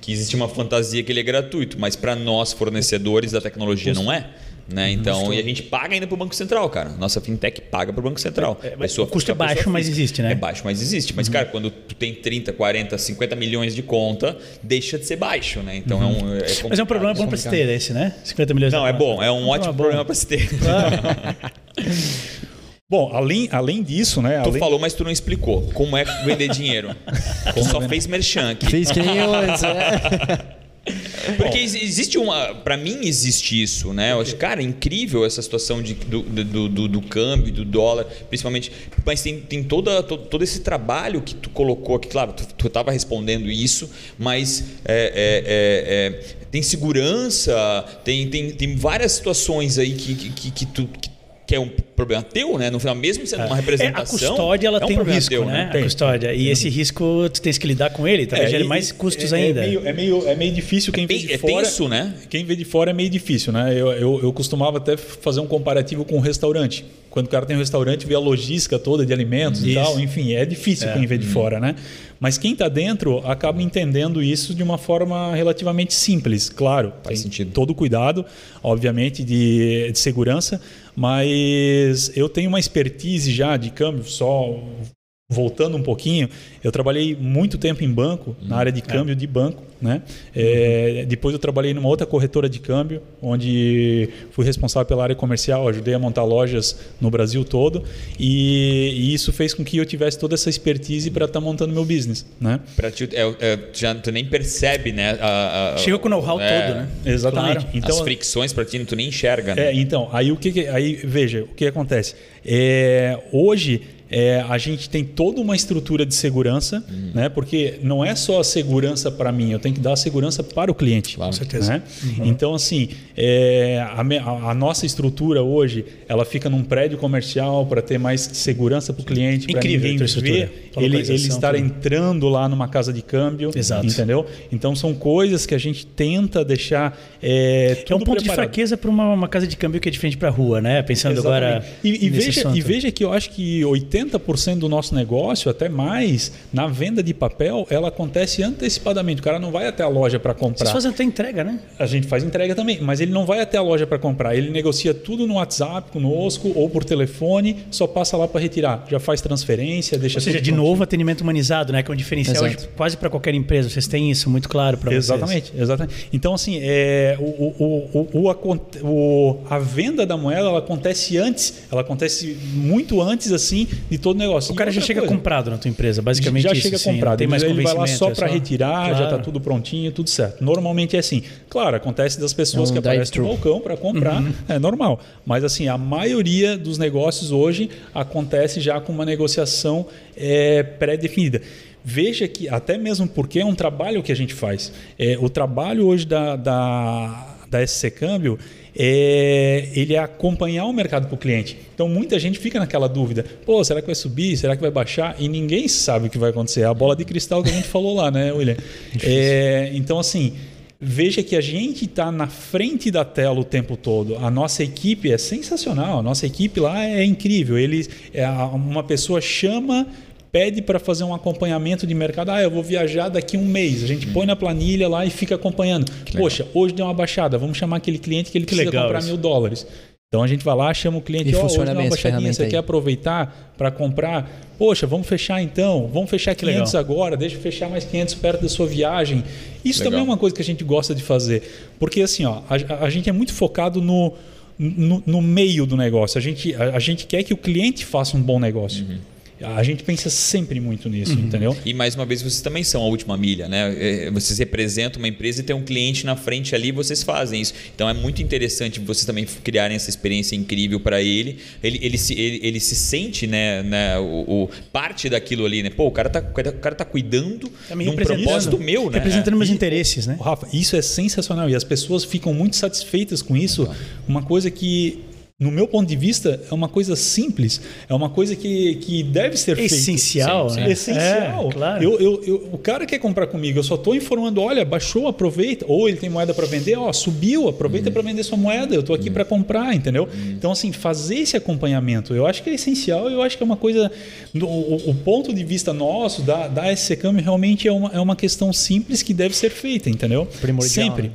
que existe uma fantasia que ele é gratuito, mas para nós fornecedores da tecnologia não é. Uhum. Né? Então, e a gente paga ainda para o Banco Central, cara. Nossa fintech paga para o Banco Central. É, mas Pessoa o custo física, é baixo, pessoa mas física. existe, né? É baixo, mas existe. Mas, cara, quando tu tem 30, 40, 50 milhões de conta, deixa de ser baixo, né? Então é um. É Mas é um complicado. problema bom para se ter esse, né? 50 milhões Não, na é conta. bom, é um ótimo problema para se ter. Bom, além, além disso, né? Tu além- falou, mas tu não explicou como é vender dinheiro. tu só fez merchan aqui. Fiz que nem eu antes, né? Porque ex- existe uma. Pra mim, existe isso, né? Eu acho, cara, é incrível essa situação de, do, do, do, do câmbio, do dólar, principalmente. Mas tem, tem toda, to- todo esse trabalho que tu colocou aqui. Claro, tu, tu tava respondendo isso, mas é, é, é, é, tem segurança, tem, tem, tem várias situações aí que, que, que, que tu. que que é um problema teu, né? No final, mesmo sendo uma É. a representação. custódia ela é tem um problema risco, teu, né? A custódia. E esse risco tu tens que lidar com ele, talvez gere e- mais custos Uhum. é- ainda. É meio, é meio, é meio difícil quem vê bem- de é fora. tenso, né? Quem vê de fora é meio difícil, né? Eu, eu, eu costumava até fazer um comparativo com um restaurante. Quando o cara tem um restaurante, vê a logística toda de alimentos e Isso. tal. Enfim, é difícil quem vê de fora, né? Mas quem está dentro acaba entendendo isso de uma forma relativamente simples, claro. Faz sentido. Todo o cuidado, obviamente, de, de segurança. Mas eu tenho uma expertise já de câmbio, só voltando um pouquinho, eu trabalhei muito tempo em banco, na Uhum. área de câmbio de banco, né? É, Depois eu trabalhei numa outra corretora de câmbio, onde fui responsável pela área comercial, ajudei a montar lojas no Brasil todo, e, e isso fez com que eu tivesse toda essa expertise para estar montando meu business, né? Pra ti, é, é, já tu nem percebe, né? A, a- Chega com o know-how é, todo, né? Exatamente. Então, Claro. As fricções pra ti, tu nem enxerga, né? É, então, aí o que, que- aí veja, o que acontece? É, hoje é, a gente tem toda uma estrutura de segurança, né? Porque não é só a segurança para mim, eu tenho que dar a segurança para o cliente. Claro. Com certeza. Uhum. né? Então, assim, é, a, me- a- a nossa estrutura hoje, ela fica num prédio comercial para ter mais segurança para o cliente, para Incrível a ninguém tua estrutura. ver, ele, ele Localização, estar tudo. entrando lá numa casa de câmbio, Exato. entendeu? Então, são coisas que a gente tenta deixar é, Que é um tudo ponto de preparado. fraqueza para uma, uma casa de câmbio que é diferente para rua, né? Pensando agora. Exatamente. E, nesse e veja, e assunto. veja que eu acho que 80% do nosso negócio, até mais, na venda de papel, ela acontece antecipadamente. O cara não vai até a loja para Vocês comprar. fazem até entrega, né? A gente faz entrega também, mas ele não vai até a loja para comprar. Ele negocia tudo no WhatsApp conosco ou por telefone, só passa lá para retirar. Já faz transferência, deixa Ou seja, tudo de pronto. novo, atendimento humanizado, né? Que é um diferencial Exato. hoje quase para qualquer empresa. Vocês têm isso muito claro para vocês. Exatamente, exatamente. Então, assim, é, o, o, o, o- o acon- o- a venda da moeda ela acontece antes, ela acontece muito antes assim de todo o negócio. O cara já chega comprando. comprado na tua empresa, basicamente já isso, chega assim, não comprado. Tem mais ele vai lá convencimento, só é para retirar, já Claro. está tudo prontinho, tudo certo. Normalmente é assim. Claro, acontece das pessoas É um que aparecem no drive-thru. balcão para comprar, é normal. Mas assim, a maioria dos negócios hoje acontece já com uma negociação é, pré-definida. Veja que, até mesmo porque é um trabalho que a gente faz. É, o trabalho hoje da, da, da SC Câmbio é, ele é acompanhar o mercado para o cliente. Então muita gente fica naquela dúvida: pô, será que vai subir? Será que vai baixar? E ninguém sabe o que vai acontecer. É a bola de cristal que a gente falou lá, né, William? É, então, assim, veja que a gente está na frente da tela o tempo todo. A nossa equipe é sensacional, a nossa equipe lá é incrível. Eles, é, a- uma pessoa chama. Pede para fazer um acompanhamento de mercado. Ah, eu vou viajar daqui um mês. A gente Uhum. põe na planilha lá e fica acompanhando. Poxa, hoje deu uma baixada. Vamos chamar aquele cliente que ele Que precisa legal comprar isso. mil dólares. Então a gente vai lá, chama o cliente, E ó, hoje funciona deu bem uma essa baixadinha, ferramenta você aí. quer aproveitar para comprar? Poxa, vamos fechar então, vamos fechar 500 legal. agora, deixa eu fechar mais 500 perto da sua viagem. Isso Legal. também é uma coisa que a gente gosta de fazer, porque assim, ó, a, a gente é muito focado no, no, no meio do negócio, a gente, a, a gente quer que o cliente faça um bom negócio. Uhum. A gente pensa sempre muito nisso, entendeu? E mais uma vez, vocês também são a última milha, né? É, Vocês representam uma empresa e tem um cliente na frente ali, vocês fazem isso. Então é muito interessante vocês também criarem essa experiência incrível para ele. Ele, ele, se, ele, ele se sente, né, né, o, o- parte daquilo ali, né? Pô, o cara tá, o cara tá cuidando Tá me de um representando. propósito meu, né? Representando meus E- interesses, né? Rafa, isso é sensacional e as pessoas ficam muito satisfeitas com isso. Uma coisa que, no meu ponto de vista, é uma coisa simples, é uma coisa que, que deve ser feita. Essencial, né? Essencial. É, claro. Eu- eu- eu- o cara quer comprar comigo, eu só estou informando, olha, baixou, aproveita. Ou ele tem moeda para vender, ó, subiu, aproveita para vender sua moeda, eu estou aqui para comprar, entendeu? Então, assim, fazer esse acompanhamento, eu acho que é essencial, eu acho que é uma coisa, do- o, o ponto de vista nosso, da, da SCCAM, realmente é uma, é uma questão simples que deve ser feita, entendeu? Primordial, Sempre. né?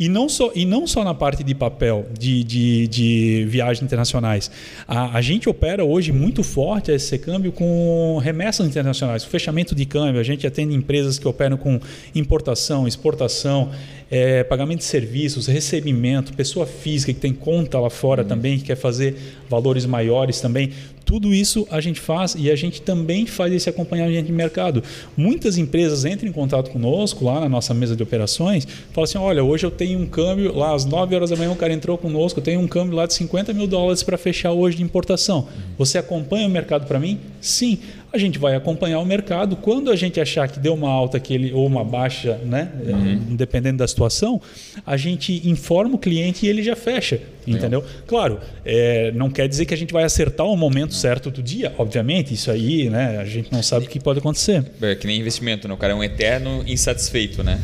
E não, só, e não só na parte de papel, de, de, de viagens internacionais. A, a gente opera hoje muito forte esse câmbio com remessas internacionais, com fechamento de câmbio. A gente atende empresas que operam com importação, exportação, eh, pagamento de serviços, recebimento, pessoa física que tem conta lá fora também, que quer fazer valores maiores também. Tudo isso a gente faz e a gente também faz esse acompanhamento de mercado. Muitas empresas entram em contato conosco lá na nossa mesa de operações, falam assim: olha, hoje eu tenho um câmbio, lá às 9 horas da manhã o cara entrou conosco, eu tenho um câmbio lá de 50 mil dólares para fechar hoje de importação. Você acompanha o mercado para mim? Sim. A gente vai acompanhar o mercado. Quando a gente achar que deu uma alta que ele, ou uma baixa, né? eh, Dependendo da situação, a gente informa o cliente e ele já fecha. Entendeu? Claro, eh, não quer dizer que a gente vai acertar o momento certo do dia, obviamente. Isso aí, né? A gente não sabe o que pode acontecer. É que nem investimento, né? O cara é um eterno insatisfeito, né?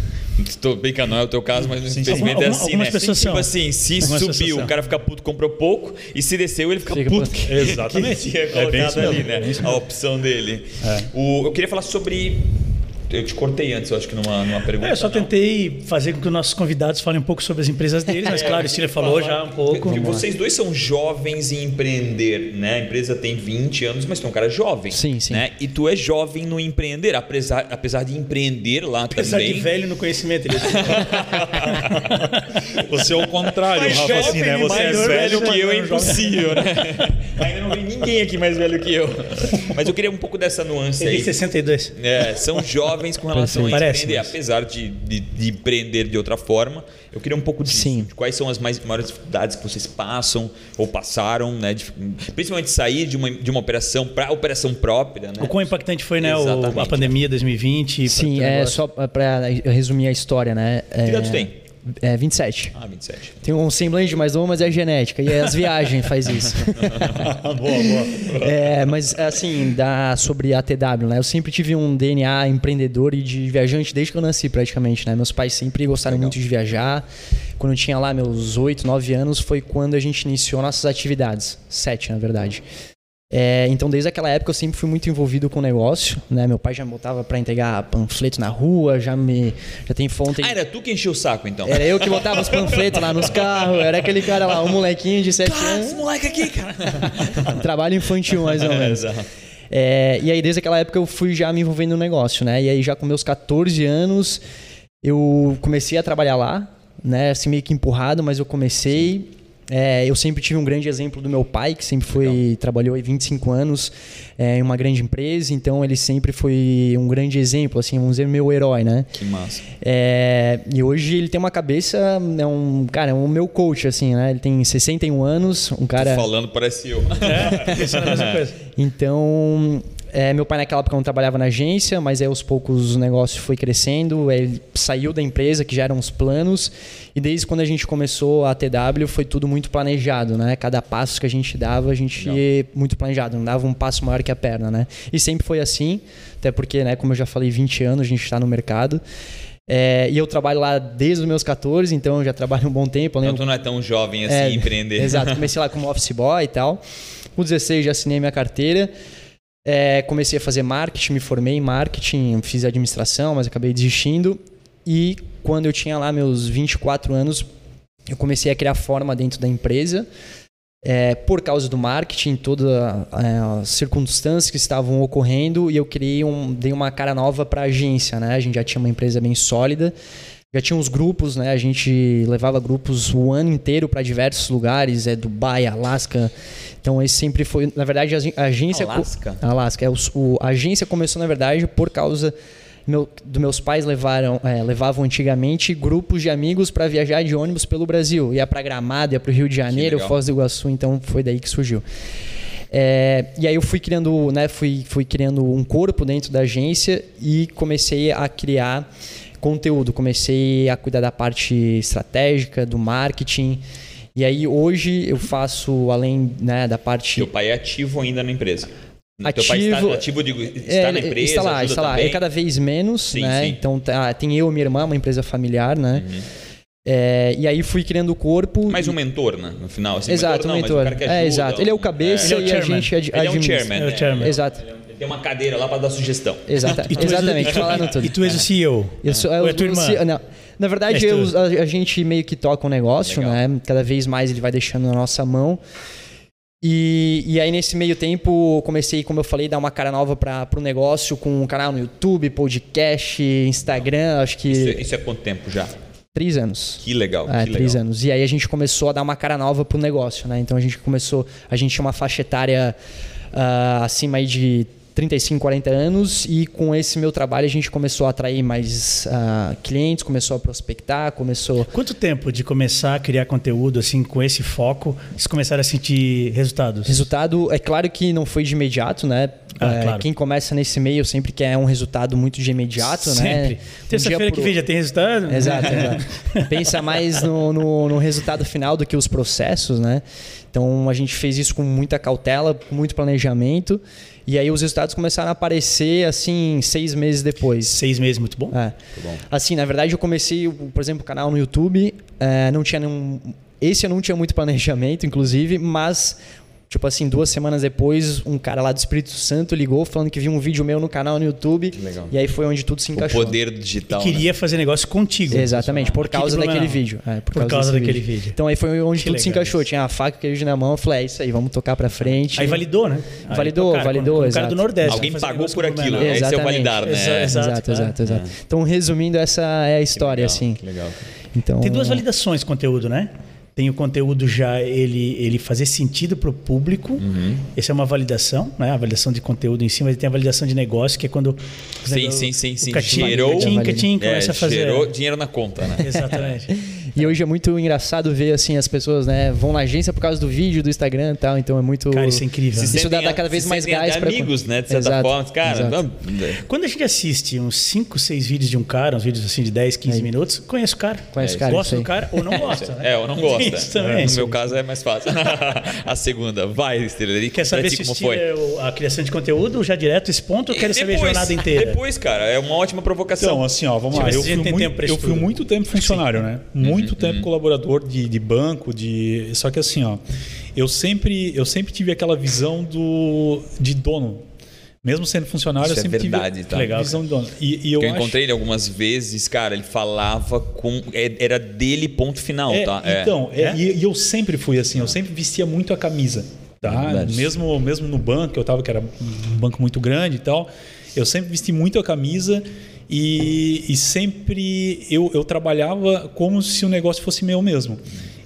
Tô brincando, não é o teu caso, mas Sim, sim. infelizmente é Alguma- assim, algumas né? pessoas tipo são. assim, se Algumas pessoas subiu, são. o cara fica puto, comprou pouco, e se desceu, ele fica, Fica puto. puto. que- Exatamente. Que tinha É bem colocado isso mesmo, ali, é bem né? isso A mesmo. É. opção dele. O, eu queria falar sobre. Eu te cortei antes, eu acho que numa, numa pergunta. É, eu só não. tentei fazer com que os nossos convidados falem um pouco sobre as empresas deles, mas claro, o Steele falou já um pouco. Porque vocês dois são jovens em empreender, né? A empresa tem 20 anos, mas tu é um cara jovem. Sim, sim. Né? E tu é jovem no empreender, apesar, apesar de empreender lá Apesar também. de velho no conhecimento, ele Você é o contrário, Mas Rafa, assim, né? jovem, Você é mais velho velho que eu é mas não joga. impossível, né? Ainda não vi ninguém aqui mais velho que eu. Mas eu queria um pouco dessa nuance tem aí. 62. É, são jovens com relação a Parece, empreender, mas- apesar de, de, de empreender de outra forma. Eu queria um pouco disso, Sim. de quais são as mais, maiores dificuldades que vocês passam ou passaram, né? Dif- principalmente sair de uma, de uma operação para operação própria, né? O quão impactante foi, né, o- Exatamente. a pandemia 2020? pra Sim, teu é negócio? só para resumir a história, né? É, Que idade tu tem? É 27. Ah, 27. Tem um semblante de mais uma, mas é genética. E as viagens faz isso. Tá, boa, boa. É, mas assim, da, sobre a TW, né? Eu sempre tive um DNA empreendedor e de viajante desde que eu nasci, praticamente, né? Meus pais sempre gostaram muito de viajar. Quando eu tinha lá meus 8, 9 anos, foi quando a gente iniciou nossas atividades. Sete, na verdade. É, então, desde aquela época, eu sempre fui muito envolvido com o negócio, né? Meu pai já me botava pra entregar panfleto na rua, já me... Já tem É. fonte... Ah, era tu que encheu o saco, então. Era eu que botava os panfletos lá nos carros, era aquele cara lá, um molequinho de 7 Ah, anos. esse moleque aqui, cara. Trabalho infantil, mais ou menos. Exato. É, e aí, desde aquela época, eu fui já me envolvendo no negócio, né? E aí, já com meus 14 anos, eu comecei a trabalhar lá, né? Assim, meio que empurrado, mas eu comecei. É, eu sempre tive um grande exemplo do meu pai, que sempre foi trabalhou aí 25 anos é, em uma grande empresa, então ele sempre foi um grande exemplo, assim, vamos dizer, meu herói, né? Que massa. É, e hoje ele tem uma cabeça, é um cara, é um meu coach, assim, né? Ele tem 61 anos, um cara. Falando parece eu. Pensando na mesma coisa. Então, é, meu pai naquela época não trabalhava na agência, mas aí aos poucos o negócio foi crescendo. Ele saiu da empresa, que já eram os planos. E desde quando a gente começou a TW, foi tudo muito planejado, né? Cada passo que a gente dava, a gente ia muito planejado. Não dava um passo maior que a perna, né? E sempre foi assim, até porque, né, como eu já falei, 20 anos a gente está no mercado. É, e eu trabalho lá desde os meus 14, então eu já trabalho um bom tempo. Então Eu lembro tu não é tão jovem assim, é, empreender. Exato, comecei lá como office boy e tal. Com 16 já assinei minha carteira. É, comecei a fazer marketing, me formei em marketing, fiz administração, mas acabei desistindo. E quando eu tinha lá meus 24 anos, eu comecei a criar forma dentro da empresa. É, por causa do marketing, todas as circunstâncias que estavam ocorrendo, e eu criei um, dei uma cara nova para a agência, né? A gente já tinha uma empresa bem sólida, já tinha uns grupos, né? A gente levava grupos o ano inteiro para diversos lugares, é Dubai, Alasca. Então esse sempre foi, na verdade, a agen- a agência co- Alasca? Alasca. É, o, o- a agência começou, na verdade, por causa meu, do meus pais levaram, é, levavam antigamente grupos de amigos para viajar de ônibus pelo Brasil. Ia para Gramado, ia para o Rio de Janeiro, legal. Foz do Iguaçu, então foi daí que surgiu. É, e aí eu fui criando, né, fui, fui criando um corpo dentro da agência e comecei a criar conteúdo, comecei a cuidar da parte estratégica, do marketing. E aí hoje eu faço, além né, da parte... Teu pai é ativo ainda na empresa. Teu pai Ativo- está ativo, digo, está É, na empresa, Está lá, ajuda está lá. também? É cada vez menos, Sim, né? sim. Uhum. Então tá, tem eu e minha irmã, uma empresa familiar, né? É, e aí fui criando o corpo. Mais um mentor, né? No final. Assim, mentor, Exato, não, um mas mentor. o cara que ajuda, é, exato. Ele é o um- cabeça Ele é o e a chairman. gente ad, Ele é um administra. chairman. É o né? chairman. Exato. Ele tem uma cadeira lá para dar sugestão. Exata, exatamente, falaram tudo. É. E tu és o CEO. Eu sou- eu- Ou é tua eu- irmã? se- não. Na verdade, És tu. eu- a, a gente meio que toca o negócio, Legal. né? Cada vez mais ele vai deixando na nossa mão. E, e aí, nesse meio tempo, eu comecei, como eu falei, dar uma cara nova para o negócio com um canal no YouTube, podcast, Instagram, acho que Isso, isso é quanto tempo já? três anos. Que legal, É, que três legal. anos. E aí a gente começou a dar uma cara nova pro negócio, né? Então a gente começou, a gente tinha uma faixa etária ah, acima aí de 35, 40 anos e com esse meu trabalho a gente começou a atrair mais ah, clientes, começou a prospectar, começou. Quanto tempo de começar a criar conteúdo assim com esse foco, vocês começaram a sentir resultados? Resultado, é claro que não foi de imediato, né? Ah, É, claro. Quem começa nesse meio sempre quer um resultado muito de imediato, né? Sempre. Um dia Terça-feira pro que vem já tem resultado? Exato, exato. Pensa mais no, no- no resultado final do que os processos, né? Então a gente fez isso com muita cautela, com muito planejamento, e aí os resultados começaram a aparecer assim seis meses depois. Seis meses, muito bom. É. Assim, na verdade, eu comecei, o- por exemplo, o canal no YouTube, é, não tinha nenhum. Esse eu não tinha muito planejamento, inclusive, mas. Tipo assim, duas semanas depois, um cara lá do Espírito Santo ligou falando que viu um vídeo meu no canal no YouTube. legal. E aí foi onde tudo se O encaixou. poder do digital. né? Queria fazer negócio contigo. Exatamente, por Aqui causa de daquele Blumenau. vídeo. É, Por causa desse daquele vídeo. Então aí foi onde Que tudo se legal encaixou. isso. Tinha a faca e o queijo na mão. Eu falei, é isso aí, vamos tocar pra frente. Aí validou, né? Aí, um- Validou, pô, cara, validou, quando- quando O um cara exato. do Nordeste. né? Alguém vai fazer pagou negócio por com aquilo. Blumenau. né? Esse é o Exatamente. validar, né? Exato, é. Exato, cara. exato, exato. Então, resumindo, essa é a história, Legal, assim. né? que legal. Então, Tem duas validações de conteúdo, né? Tem o conteúdo já ele, ele fazer sentido para o público. Uhum. Essa é uma validação, né? A validação de conteúdo em si, mas tem a validação de negócio, que é quando. os Sim, nego- sim, sim, sim. O catim, Gerou- catim, catim, É, começa a fazer. gerou dinheiro na conta, né? Exatamente. E hoje é muito engraçado ver, assim, as pessoas, né? Vão na agência por causa do vídeo, do Instagram e tal. Então é muito. Cara, isso é incrível. Se né? Isso sentem dá- dá a- cada vez se mais sentem gás pra- amigos, né? De certa Exato, forma. Cara, exato. vamos- né? Quando a gente assiste uns 5, 6 vídeos de um cara, uns vídeos assim de 10, 15 Aí. minutos, conhece o cara. Conhece o cara, Gosta isso do aí. cara ou não gosta, né? É, eu não gosto. Isso também. No meu caso é mais fácil. a segunda, vai, Estrela. tipo Quer saber se o como estilo foi. é o- a criação de conteúdo, já direto esse ponto, ou quer saber a Depois- jornada inteira? Depois, cara, é uma ótima provocação. Então, assim, ó, vamos Tipo, lá. Eu a fui, gente tem tempo muito, pra isso eu fui tudo. muito tempo funcionário, né? Muito Uhum, tempo colaborador de, de banco, de. Só que assim, ó, eu sempre, eu sempre tive aquela visão do de dono. Mesmo sendo funcionário, Isso eu é sempre verdade, tive tá? a visão de dono. E, e eu Que eu acho- encontrei ele algumas vezes, cara, ele falava com. é- Era dele, ponto final, É, tá? É. Então, é, É? E, e eu sempre fui assim, eu sempre vestia muito a camisa. Tá? Verdade. Mesmo, mesmo no banco, que eu tava, que era um banco muito grande e tal, eu sempre vesti muito a camisa e, e sempre eu, eu trabalhava como se o negócio fosse meu mesmo.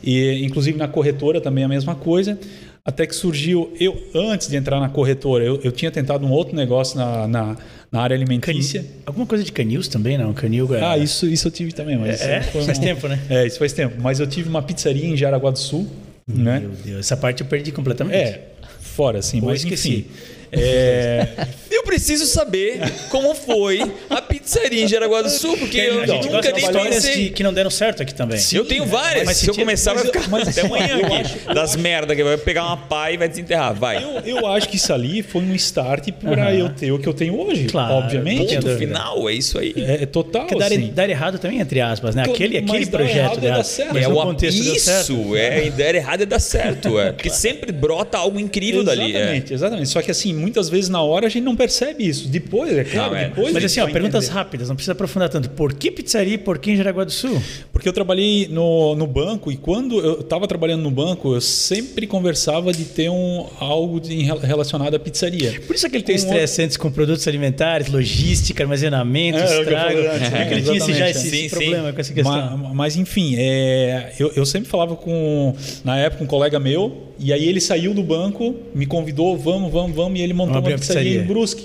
E, inclusive na corretora também a mesma coisa. Até que surgiu, eu antes de entrar na corretora, eu, eu tinha tentado um outro negócio na, na, na área Cani- alimentícia. Alguma coisa de canils também, não? Canil é... Ah, isso, isso eu tive também, mas. É? foi Faz tempo, né? É, isso faz tempo. Mas eu tive uma pizzaria em Jaraguá do Sul, né? Meu Deus, essa parte eu perdi completamente. É, fora, assim, Ou mas esqueci. enfim. É, Eu preciso saber como foi a pizzaria em Jaraguá do Sul, porque eu É, a gente Então, gosta nunca de nem histórias pensei. de- que não deram certo aqui também. eu tenho várias. né? Mas Se eu sentido- começar, vai mas eu- ficar mas até assim, amanhã eu aqui. das merda que vai pegar uma pá e vai desenterrar. Vai. eu, eu acho que isso ali foi um start para Aham. eu ter o que eu tenho hoje, Claro, obviamente. tenho ponto dúvida. final, é isso aí. É, é total, Porque dar, assim. dar errado também, entre aspas, né? Claro, Aquele, mas aquele dar projeto errado é deu dar errado. certo. Mas é no o contexto deu certo. isso, é a ideia errada é dar certo, é. Porque sempre brota algo incrível dali. É. Exatamente, exatamente. Só que assim, muitas vezes na hora a gente não percebe isso. Depois, é claro, Não, é. depois. Mas a assim, gente ó, vai perguntas entender. rápidas, não precisa aprofundar tanto. Por que pizzaria e por que em Jaraguá do Sul? Porque eu trabalhei no, no banco e quando eu estava trabalhando no banco, eu sempre conversava de ter um, algo de- em rel- relacionado à pizzaria. Por isso aquele teu Com estresse antes com produtos alimentares, logística, armazenamento, É, é o que eu estrago. falei antes, Eu né? que ele tinha esse, já Exatamente, esse, é. esse Sim, sim. problema com essa Ma- questão. Mas, enfim, é, eu, eu sempre falava com, na época, um colega meu, e aí ele saiu do banco, me convidou, vamos, vamos, vamos, e ele montou Vamos abrir uma a pizzaria, pizzaria. em Brusque.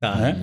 Tá. né?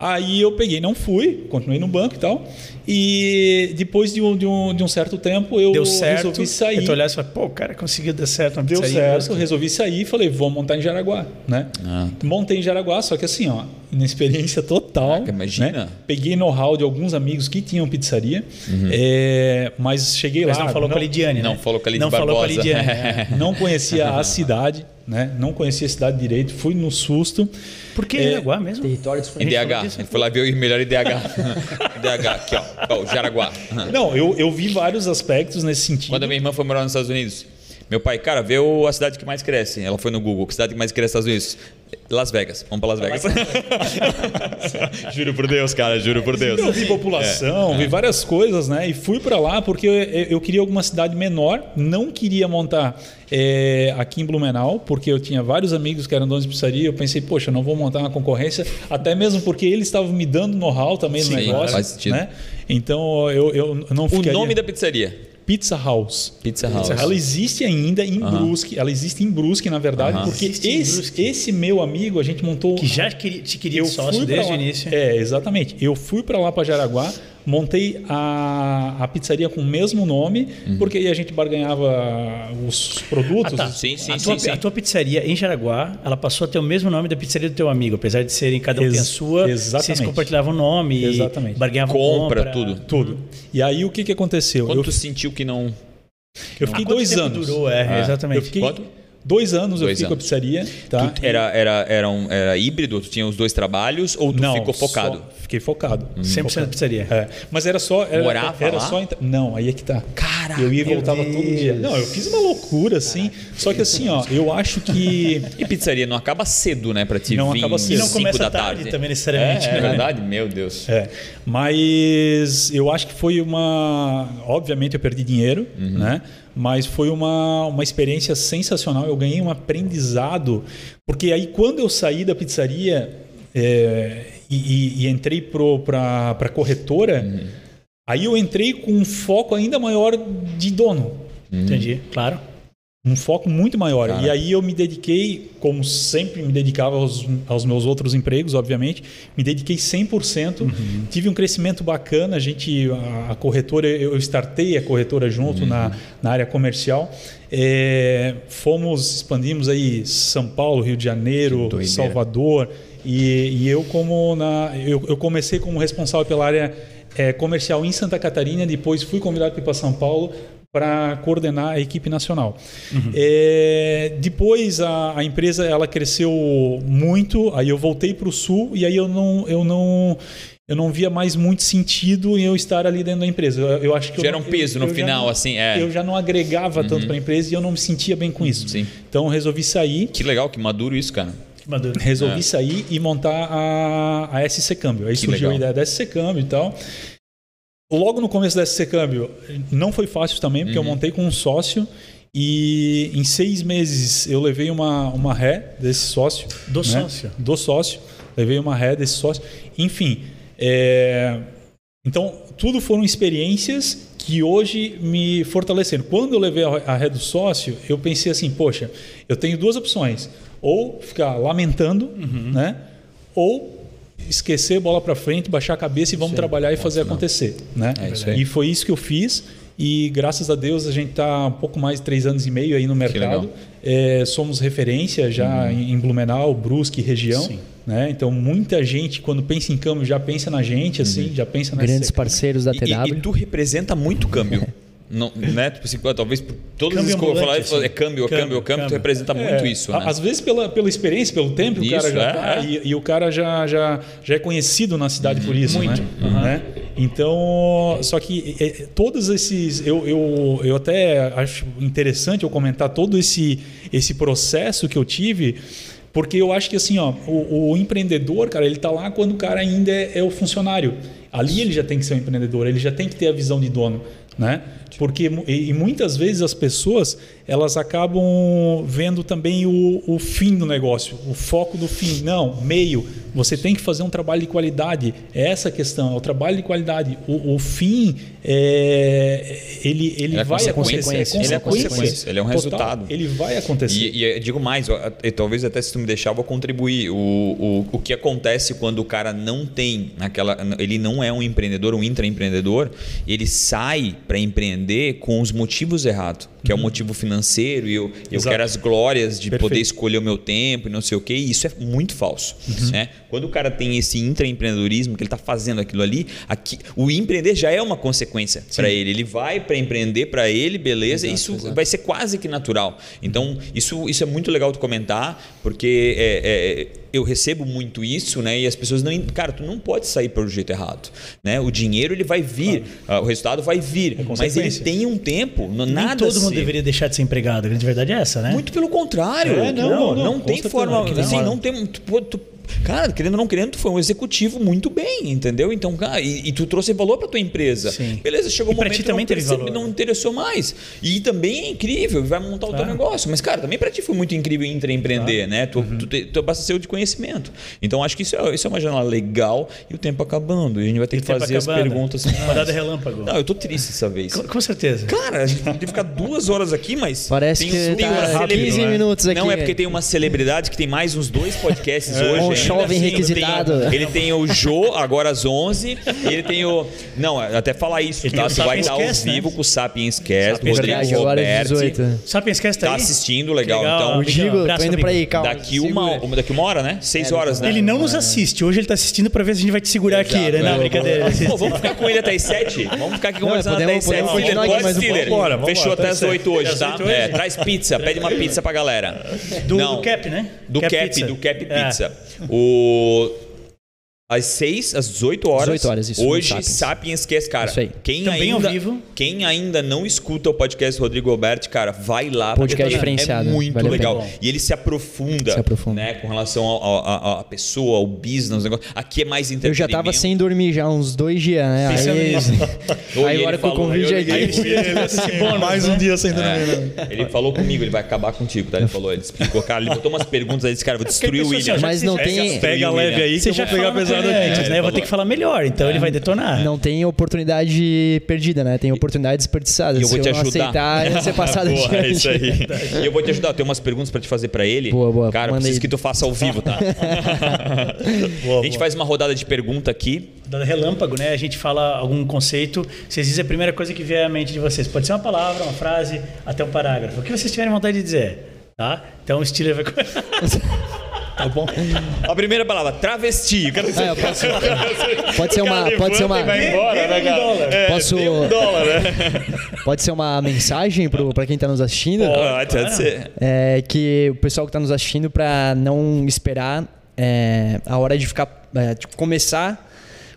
Aí eu peguei, não fui, continuei no banco e tal, e depois de um, de um, de um certo tempo eu Deu certo. então resolvi sair. aí tu olhasse e falar, pô, o cara conseguiu dar certo uma Deu pizzaria. certo, resolvi sair e falei, vou montar em Jaraguá, né? Ah. Montei em Jaraguá, só que assim, ó, inexperiência total. Caraca, imagina. né? Peguei know-how de alguns amigos que tinham pizzaria, Uhum. é, mas cheguei Mas lá. não falou com a Lidiane, não né? falou com a Lidy Não falou com a Barbosa. Lidiane. né? não conhecia a cidade, né? Não conhecia a cidade direito, fui no susto. Por que É. Jaraguá mesmo? Território disponível. falou IDH. disso? Ele foi lá ver o melhor IDH. IDH, aqui, ó. ó o Jaraguá. Não, eu, eu vi vários aspectos nesse sentido. Quando a minha irmã foi morar nos Estados Unidos, meu pai, cara, vê o- a cidade que mais cresce. Ela foi no Google, que cidade que mais cresce nos Estados Unidos? Las Vegas. Vamos pra Las Vegas. juro por Deus, cara, juro por Deus. Eu vi população, É. vi várias coisas, né? E fui pra lá porque eu, eu queria alguma cidade menor, não queria montar eh, aqui em Blumenau, porque eu tinha vários amigos que eram donos de pizzaria. Eu pensei, poxa, eu não vou montar uma concorrência, até mesmo porque eles estavam me dando know-how também Sim, no negócio, faz sentido. né? Então eu, eu não O ficaria... nome da pizzaria. Pizza House. Pizza House. Ela existe ainda em Aham. Brusque. Ela existe em Brusque, na verdade, Aham. porque Existe em esse, Brusque. esse meu amigo, a gente montou... Que já queria, te queria eu sócio fui pra desde o lá. início. É, exatamente. Eu fui para lá para Jaraguá, montei a, a pizzaria com o mesmo nome, porque aí a gente barganhava os produtos. Ah, tá. Sim, sim, a, sim, tua, sim. a tua pizzaria em Jaraguá, ela passou a ter o mesmo nome da pizzaria do teu amigo, apesar de serem cada um tem a Ex- sua. Vocês exatamente. compartilhavam o nome, Exatamente. barganhavam Compra, compra, tudo. Tudo. E aí o que, que aconteceu? Quando Eu, tu sentiu que não. Há eu fiquei quanto dois tempo anos. Durou, é, Ah, exatamente. Eu fiquei Quanto? dois anos eu Dois fiquei com a anos. pizzaria. Tá? Tu era, era, era, um, era híbrido? Tu tinha os dois trabalhos ou tu Não, ficou focado? só- fiquei focado. 100% da pizzaria. É, mas era só. Era, Morava era lá? só entra- Não, aí é que tá. Caraca, Eu ia e meu voltava todo dia. Deus. Não, eu fiz uma loucura, assim. Só que assim, ó, eu acho que. E pizzaria não acaba cedo, né? Pra ti Não vir acaba cedo. E não cinco começa da tarde, tarde. também, É, necessariamente. é né? verdade? Meu Deus. É, mas eu acho que foi uma. Obviamente eu perdi dinheiro, né? Mas foi uma, uma experiência sensacional. Eu ganhei um aprendizado, porque aí quando eu saí da pizzaria é, e, e- e entrei para a corretora, aí eu entrei com um foco ainda maior de dono Hum. Entendi, claro. um foco muito maior. Cara. E aí eu me dediquei, como sempre me dedicava aos, aos meus outros empregos, obviamente, me dediquei 100%. Uhum. Tive um crescimento bacana, a gente, a, a corretora, eu eu startei a corretora junto Uhum. na, na área comercial. É, fomos, expandimos aí São Paulo, Rio Que de Janeiro, doideira. Salvador. E, e eu como na eu, eu comecei como responsável pela área eh, comercial em Santa Catarina, depois fui convidado para ir para São Paulo para coordenar a equipe nacional. Uhum. Eh, depois a, a empresa ela cresceu muito, aí eu voltei para o sul e aí eu não eu não eu não via mais muito sentido em eu estar ali dentro da empresa. Eu, eu acho que eu Gera não- um peso eu- no eu já final, não- assim, é. Uhum. Eu já não agregava tanto para a empresa e eu não me sentia bem com isso. Sim. Então eu resolvi sair. Que legal, que maduro isso, cara. Que É. maduro. Resolvi sair e montar a, a SC Câmbio. Aí Que surgiu legal. a ideia da SC Câmbio e tal. Logo no começo da SC Câmbio, não foi fácil também, porque Uhum. eu montei com um sócio e em seis meses eu levei uma, uma ré desse sócio. né? Do sócio. Do sócio. Levei uma ré desse sócio. Enfim, é, então, tudo foram experiências que hoje me fortaleceram. Quando eu levei a a ré do sócio, eu pensei assim, poxa, eu tenho duas opções. Ou ficar lamentando, Uhum. né? Ou esquecer bola para frente, baixar a cabeça e vamos trabalhar e fazer acontecer, né? É isso aí. E foi isso que eu fiz. E graças a Deus a gente está um pouco mais de três anos e meio aí no mercado. legal. Uhum. É, somos referência já em em Blumenau, Brusque, região. Sim. Né? Então muita gente quando pensa em câmbio já pensa na gente Uhum. assim, já pensa na Grandes SC. parceiros da E- E, e TW. tu representa muito câmbio. Não, né? Tipo assim, talvez por todas Câmbio as coisas que eu vou falar, ambulante, é assim. câmbio, é câmbio, é Câmbio, câmbio, tu câmbio. representa muito É, isso, a- né? Às vezes pela, pela experiência, pelo tempo, o cara Isso, já é, tá, é. e, e o cara já, já, já é conhecido na cidade por isso, né? Né? Então, só que é, é, todos esses, eu, eu, eu até acho interessante eu comentar todo esse, esse processo que eu tive, porque eu acho que assim, ó, o, o empreendedor, cara, ele tá lá quando o cara ainda é, é o funcionário. Ali ele já tem que ser um empreendedor, ele já tem que ter a visão de dono, né? Porque mu- e, e muitas vezes as pessoas elas acabam vendo também o, o fim do negócio, o foco do fim. Não, meio. Você tem que fazer um trabalho de qualidade. É essa a questão, é o trabalho de qualidade. O, o fim é, ele ele É a vai consequência. acontecer. Ele é consequência. consequência, ele é um Total, resultado. Ele vai acontecer. E, e eu digo mais, ó, e talvez até se tu me deixar, eu vou contribuir. O, o, o que acontece quando o cara não tem aquela. Ele não é um empreendedor, um intraempreendedor, ele sai para empreender com os motivos errados, que é o motivo financeiro, e eu, eu Uhum. Exato. quero as glórias de poder Perfeito. escolher o meu tempo e não sei o quê, e isso é muito falso. Uhum. Né? Quando o cara tem esse intraempreendedorismo, que ele está fazendo aquilo ali, aqui, o empreender já é uma consequência para ele. Ele vai para empreender para ele, beleza, isso vai ser quase que natural. Então, isso, isso é muito legal de comentar, porque é, é, eu recebo muito isso, né? E as pessoas não. en- Cara, tu não pode sair pelo jeito errado. Né? O dinheiro ele vai vir, ah, o resultado vai vir, mas ele consequência. tem um tempo. não- É Nem Nada assim. todo mundo se- deveria deixar de ser empregado. A grande verdade é essa, né? muito pelo contrário. É, não, não, não, não com tem certeza, forma. que não. assim, não tem. tu- pô, tu- cara, querendo ou não querendo, tu foi um executivo muito bem, entendeu? Então, cara, e, e tu trouxe valor para tua empresa. Sim. Beleza, chegou E um pra momento ti que não, também teve percebe- valor. né? não interessou mais. E também é incrível, vai montar o teu negócio. Mas, cara, também para ti foi muito incrível intraempreender, né? Tu, Uhum. tu, te- tu abasteceu de conhecimento. Então, acho que isso é, isso é uma janela legal e o tempo acabando. E a gente vai ter que tempo fazer as acabando. perguntas. Rodada relâmpago. Não, eu tô triste dessa vez. Com, com certeza. Cara, a gente tem que ficar duas horas aqui, mas. Parece tem, que tem tá uma 15 minutos aqui. né? Não, é porque tem uma celebridade que tem mais uns dois podcasts É. hoje. ainda Um jovem assim, requisitado. tem- ele tem o Jô, agora às 11. E ele tem o. Não, até falar isso, Ele tá? tem o Tu vai Sapiens estar ao Cast, né? vivo com o Sapiens Cast, o Sapiens Rodrigo Verdade, agora é Roberto. 18. Sapiens Cast tá Tá aí? assistindo, legal. legal. Então, O Digo, Abraço, tô indo pra aí, amigo. calma. daqui uma, segura. É, tá. uma- daqui uma hora, né? Seis horas, né? Ele não nos assiste. Hoje ele tá assistindo pra ver se a gente vai te segurar aqui. Né? Não, brincadeira. Pô, vamos ficar com ele até as 7? Vamos ficar aqui Não, conversando podemos- até as 7. podemos continuar aqui mais um Stiller. pouco. Bora, vamos Fechou lá, até até as às 8 hoje, às tá? oito hoje? É, traz pizza, pede uma pizza pra galera. Do, Não. do Cap, né? Do Cap, Pizza. do Cap É. Pizza. O. Às 6, às 18 horas. 18 horas, isso, no Hoje, Sapiens. Sapiens Cast, cara. Isso aí. Quem Também ao ainda, vivo. Quem ainda não escuta o podcast do Rodrigo Alberti, cara, vai lá. Podcast porque diferenciado, É muito vale a legal. pena. E ele se aprofunda, Se aprofunda. né? Com relação ao- ao- à à pessoa, ao business, negócio. Aqui é mais Eu entretenimento. já tava sem dormir já há uns dois dias, né? Pensando Aí, nisso. Oi, aí ele agora com o falou, convite né? Eu liguei. aqui. bônus, mais né? um dia sem dormir. né? É. Ele falou comigo, ele vai acabar contigo, tá? Ele falou, ele explicou, cara, ele botou umas perguntas, aí disse, cara, eu vou destruir o Porque ele pensou William. assim, Mas não tem, William. Pega leve aí, Você que já eu vou pegar falou pesado antes, pesado aqui. É. né? Eu vou ter que falar melhor, então ele vai detonar. não tem oportunidade perdida, né? Tem oportunidade desperdiçada. E eu vou Se te eu não ajudar. aceitar, ia ser passado Boa, é isso adiante. aí. E eu vou te ajudar, eu tenho umas perguntas pra te fazer pra ele. Boa, boa, Cara, eu manda preciso aí. que tu faça ao vivo, tá? Boa, a gente boa. faz uma rodada de pergunta aqui. Da relâmpago, né? A gente fala algum conceito, vocês dizem a primeira coisa que vier à mente de vocês. Pode ser uma palavra, uma frase, até um parágrafo. O que vocês tiverem vontade de dizer, tá? Então o Steeler vai começar. Tá bom? A primeira palavra, travesti. Eu quero dizer- Ah, eu posso- pode ser uma, pode ser uma, embora, né, cara? posso, É, Dólar, né? pode ser uma mensagem pro, pra quem tá nos assistindo. Ah, pode ser. É, que o pessoal que tá nos assistindo pra não esperar é, a hora de ficar, é, de começar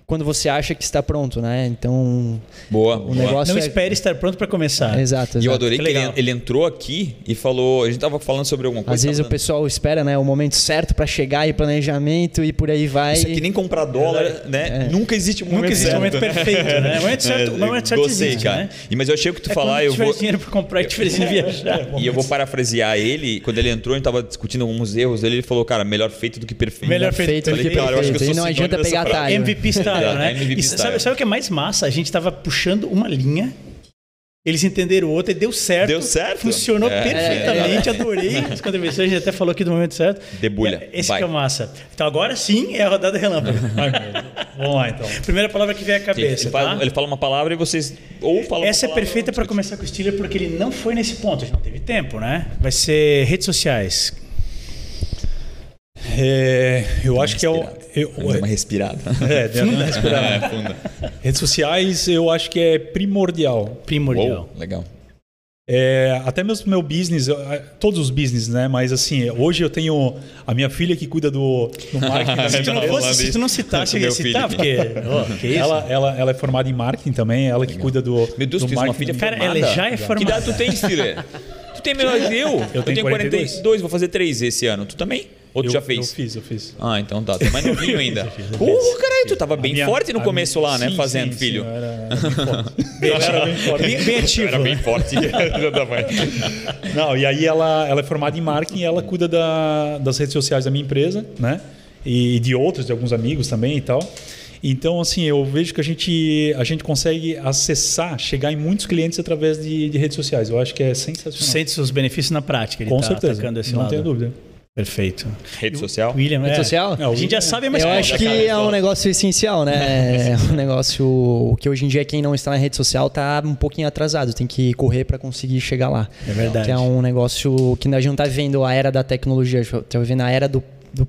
quando você acha que está pronto, né? Então, Boa, o boa. negócio Não é... espere estar pronto para começar. Exato, É. E eu exato. adorei Que que, ele, legal. ele entrou aqui e falou. A gente tava falando sobre alguma coisa. Às vezes tava o pessoal espera, né, o momento certo pra chegar e planejamento e por aí vai. Isso é que nem comprar dólar, né? Nunca existe um momento Nunca existe um momento certo, né? É, perfeito, né? O momento certo, o momento certo Gostei, existe, cara. né? E, mas eu achei o que tu É falar, quando eu tiver vou. dinheiro para comprar e tiver dinheiro viajar. E eu vou parafrasear ele. Quando ele entrou, a gente tava discutindo alguns erros dele. Ele falou, cara, melhor feito do que perfeito. Melhor feito Feito do que Falei, cara, eu acho que eu perfeito. sou E não sinônimo adianta dessa pegar frase. atalho. MVP style, É, né? MVP E sabe- style. Sabe, o que é mais massa? A gente tava puxando uma linha, eles entenderam outra e deu certo. Deu certo. Funcionou É, perfeitamente, adorei as contribuições, a gente até falou aqui do momento certo. Debulha, É, Esse vai. que é o massa. Então agora sim é a rodada relâmpago. Vamos lá, então. Primeira palavra que vem à Sim, ele, cabeça, fala, tá? ele fala uma palavra e vocês ou falam Essa é uma palavra, perfeita ou para começar com o Steeler porque ele não foi nesse ponto, a gente não teve tempo, né? Vai ser redes sociais. É, eu acho que é o. eu- Dá uma respirada. é, deu uma respirada. É, funda. Redes sociais eu acho que é primordial. Primordial. Uou, legal. É, até mesmo meu business, eu- ah, todos os business, né? Mas assim, hoje eu tenho a minha filha que cuida do, do marketing. da Se minha tu não, empresa. fosse, se tu não citasse, eu ia Meu filho. citar, porque. ó, que isso? né? ela, ela, ela é formada em marketing também, ela que cuida do. Meu Deus, do tu fez uma marketing. filha Cara, formada. ela já é Que formada. idade tu tem, Stiller? tu tem menor que eu? Eu tenho 42. vou fazer 3 esse ano. Tu também? Ou tu Eu- já fez? Eu fiz, eu fiz. Ah, então tá. Tu é mais novinho ainda. Porra, caralho, tu tava bem Minha- forte no a começo minha- lá, né? Ah, sim, Fazendo sim, filho. Sim, eu era bem forte. Eu era bem forte. Bem, bem ativo. Era bem forte. Não, e aí ela, ela é formada em marketing e ela cuida da- das redes sociais da minha empresa, né? E de outros, de alguns amigos também e tal. Então, assim, eu vejo que a gente, a gente consegue acessar, chegar em muitos clientes através de, de redes sociais. Eu acho que é Tu sensacional. sente seus benefícios na prática. Ele Com tá certeza. atacando esse Não lado. tenho dúvida. Perfeito. Rede social? William, Rede é. social? Não, A gente já William- sabe, mas eu conta, acho que cara. é então. um negócio essencial, né? É um negócio que hoje em dia quem não está na rede social tá um pouquinho atrasado, tem que correr para conseguir chegar lá. É verdade. Que é um negócio que a gente não tá vendo a era da tecnologia, tá vivendo a era do, do,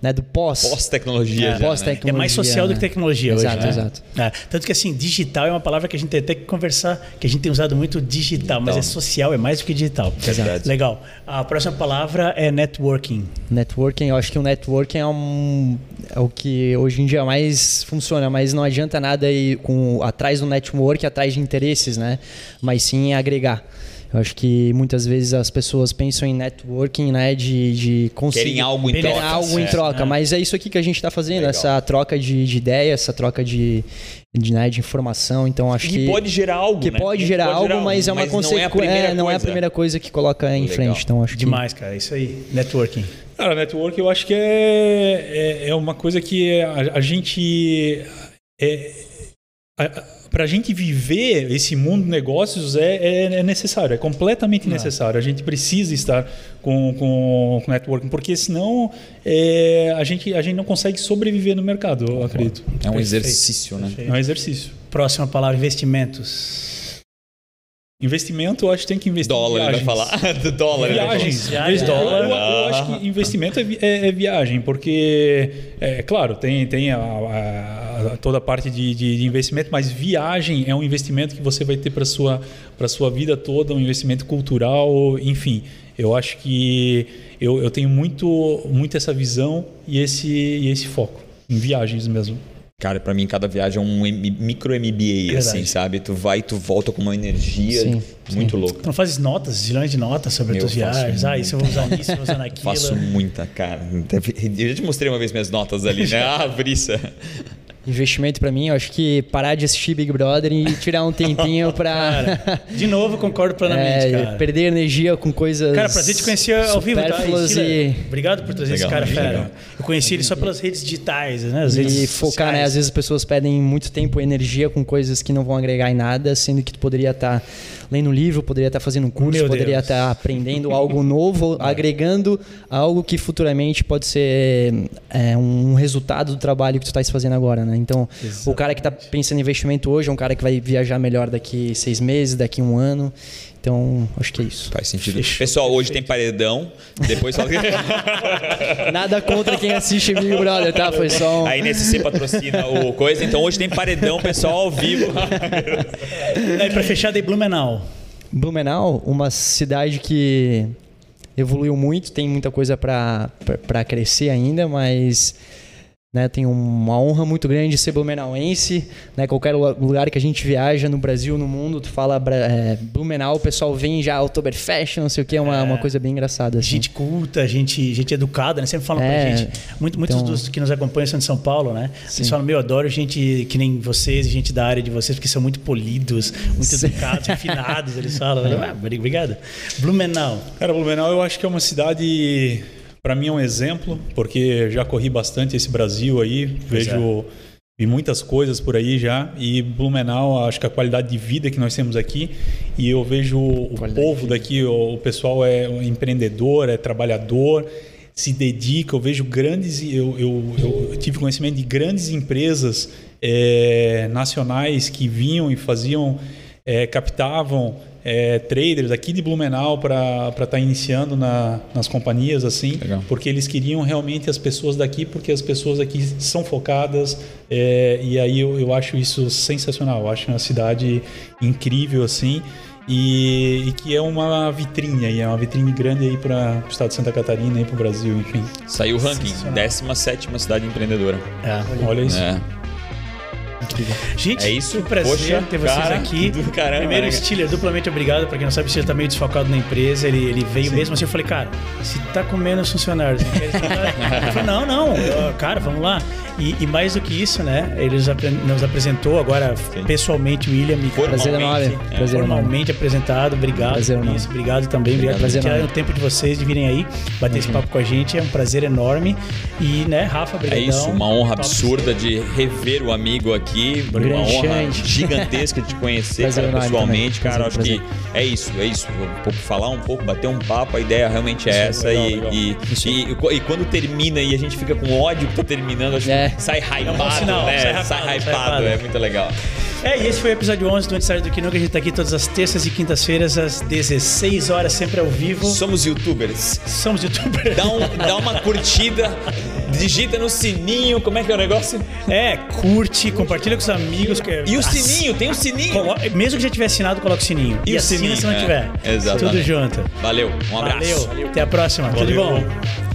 né, do pós. Pós-tecnologia. já, né? Pós-tecnologia. É mais social do que né? tecnologia exato, hoje. né? Exato, É, Tanto que assim, digital é uma palavra que a gente tem até que conversar, que a gente tem usado muito digital, mas é social, é mais do que digital. Verdade. Legal. A próxima palavra é networking. Networking, eu acho que o networking é, um, é o que hoje em dia mais funciona, mas não adianta nada ir com, atrás do network, atrás de interesses, né? Mas sim agregar. Eu acho que muitas vezes as pessoas pensam em networking, né? De, de conseguir. Querem algo em Querem troca, algo em certo, troca. né? Mas é isso aqui que a gente está fazendo, Legal. essa troca de, de ideia, essa troca de, de, né, de informação. Então acho Que, que. pode gerar algo. que né? pode gerar algo, mas é uma Não é a consequência. primeira não é a coisa. primeira coisa que coloca em Legal. frente. Então acho que- Demais, cara. Isso aí. Networking. Cara, network eu acho que é, é, é uma coisa que a, a gente. É, a, para a gente viver esse mundo de negócios é, é, é necessário, é completamente necessário. A gente precisa estar com, com, com networking, porque senão é, a, gente, a gente não consegue sobreviver no mercado, eu acredito. É um Perfeito. exercício, né? Perfeito. É um exercício. Próxima palavra, investimentos. Investimento, eu acho que tem que investir. em Dólar, ele vai viagens. falar. Do dólar, ele vai falar. Viagens. Viagens. Eu- Eu, eu Ah. acho que investimento é, vi- é- é viagem, porque, é claro, tem, tem a- a- a- toda a parte de, de- de investimento, mas viagem é um investimento que você vai ter para sua para sua vida toda, um investimento cultural, enfim. Eu acho que eu, eu tenho muito, muito essa visão e esse, e esse foco em viagens mesmo. Cara, pra mim cada viagem é um M- micro MBA, assim, sabe? Tu vai e tu volta com uma energia Sim, muito louca. Tu não fazes notas, zilhões de notas sobre Eu as tuas faço viagens. Ah, isso eu vou usar nisso, eu vou usar naquilo. Faço muita, cara. Deve- Eu já te mostrei uma vez minhas notas ali, né? Ah, Brissa. Investimento pra mim, eu acho que parar de assistir Big Brother e tirar um tempinho pra Cara, de novo, concordo plenamente, é, cara. perder energia com coisas. Cara, prazer te conhecer ao vivo, tá? supérfluas Esquila, E, Obrigado por trazer esse Legal, cara muito fera. legal. Eu conheci ele só pelas redes digitais, né? As e redes focar, né? Às sociais. vezes as pessoas pedem muito tempo e energia com coisas que não vão agregar em nada, sendo que tu poderia estar lendo um livro, poderia estar fazendo um curso, Meu poderia Deus. É. estar aprendendo algo novo, agregando algo que futuramente pode ser é, um resultado do trabalho que tu estás fazendo agora, né? Então, o cara que está pensando em investimento hoje é um cara que vai viajar melhor daqui seis meses, daqui um ano. Então, acho que é isso. Tá. Faz sentido. Pessoal, hoje tem paredão. Depois só... Nada contra quem assiste Big Brother, tá? Foi só um... Aí nesse C patrocina o coisa. Então hoje tem paredão, pessoal, ao vivo. É, pra fechar, dei Blumenau. Blumenau, uma cidade que evoluiu muito, tem muita coisa para crescer ainda, mas né, tem uma honra muito grande de ser blumenauense. Né, qualquer lu- lugar que a gente viaja no Brasil, no mundo, tu fala Bra- é, Blumenau, o pessoal vem já, Oktoberfest, não sei o que, é uma, uma coisa bem engraçada. Assim. Gente culta, gente, gente educada, né? Sempre falam É, pra gente. Muito- muitos então- dos que nos acompanham são de São Paulo, né? Sim. Eles falam, meu, eu adoro gente que nem vocês, gente da área de vocês, porque são muito polidos, muito Sim. É. educados, refinados, eles falam. Eu falo, Ah, obrigado. Blumenau. Cara, Blumenau eu acho que é uma cidade, para mim é um exemplo, porque já corri bastante esse Brasil aí, Pois vejo vi muitas coisas por aí já e Blumenau, acho que a qualidade de vida que nós temos aqui e eu vejo o Qualidade povo daqui, o, o pessoal é um empreendedor, é trabalhador, se dedica, eu vejo grandes, eu, eu, eu- eu tive conhecimento de grandes empresas eh, nacionais que vinham e faziam é, captavam é, traders aqui de Blumenau para estar iniciando na- nas companhias assim, Legal. porque eles queriam realmente as pessoas daqui, porque as pessoas aqui são focadas é, e aí eu, eu acho isso sensacional, eu acho uma cidade incrível assim e, e que é uma vitrine aí, é uma vitrine grande aí para o estado de Santa Catarina e para o Brasil, enfim, Saiu o ranking. 17 cidade empreendedora. É. olha isso. É. Gente, É isso. que prazer Poxa, ter vocês cara, aqui. do caramba, Primeiro, né? o Stiller, duplamente obrigado. Pra quem não sabe, o Stiller tá meio desfalcado na empresa. Ele, ele veio mesmo assim. Eu falei, cara, se tá com menos funcionários, não quer funcionário? Ele falou, não, não, ó, cara, vamos lá. E, e mais do que isso, né? Ele nos, apre- nos apresentou agora pessoalmente, William. e cara, Prazer Formalmente, enorme. é. Prazer enorme. Formalmente apresentado, obrigado Prazer por enorme. isso, obrigado também, obrigado, Prazer por tirarem o enorme. tempo de vocês de virem aí bater Uhum. esse papo com a gente, é um prazer enorme. E, né, Rafa, É obrigado. isso, uma honra absurda de rever o amigo aqui, uma Grande honra gente. gigantesca de te conhecer Prazer cara, enorme pessoalmente, também. cara, acho Prazer, que é isso, é isso, um pouco falar um pouco, bater um papo, a ideia realmente é essa legal, e, legal. E, e- e quando termina e a gente fica com ódio que tá terminando, acho É. que sai hypado, sinal, né? sai hypado, sai hypado, sai hypado. é muito legal. É, e esse foi o episódio 11 do Antes do Que Nunca. A gente tá aqui todas as terças e quintas-feiras, às 16 horas, sempre ao vivo. Somos youtubers. Somos youtubers. Dá, um- dá uma curtida, digita no sininho, como é que é o negócio? É, curte, compartilha com os amigos. que- E o Ass- sininho, tem um sininho. Colo- Mesmo que já tiver assinado, coloca o sininho. E o assina sininho, se não é. tiver. Exatamente. Tudo junto. Valeu, um abraço. Valeu. Até a próxima. Tudo Valeu. bom?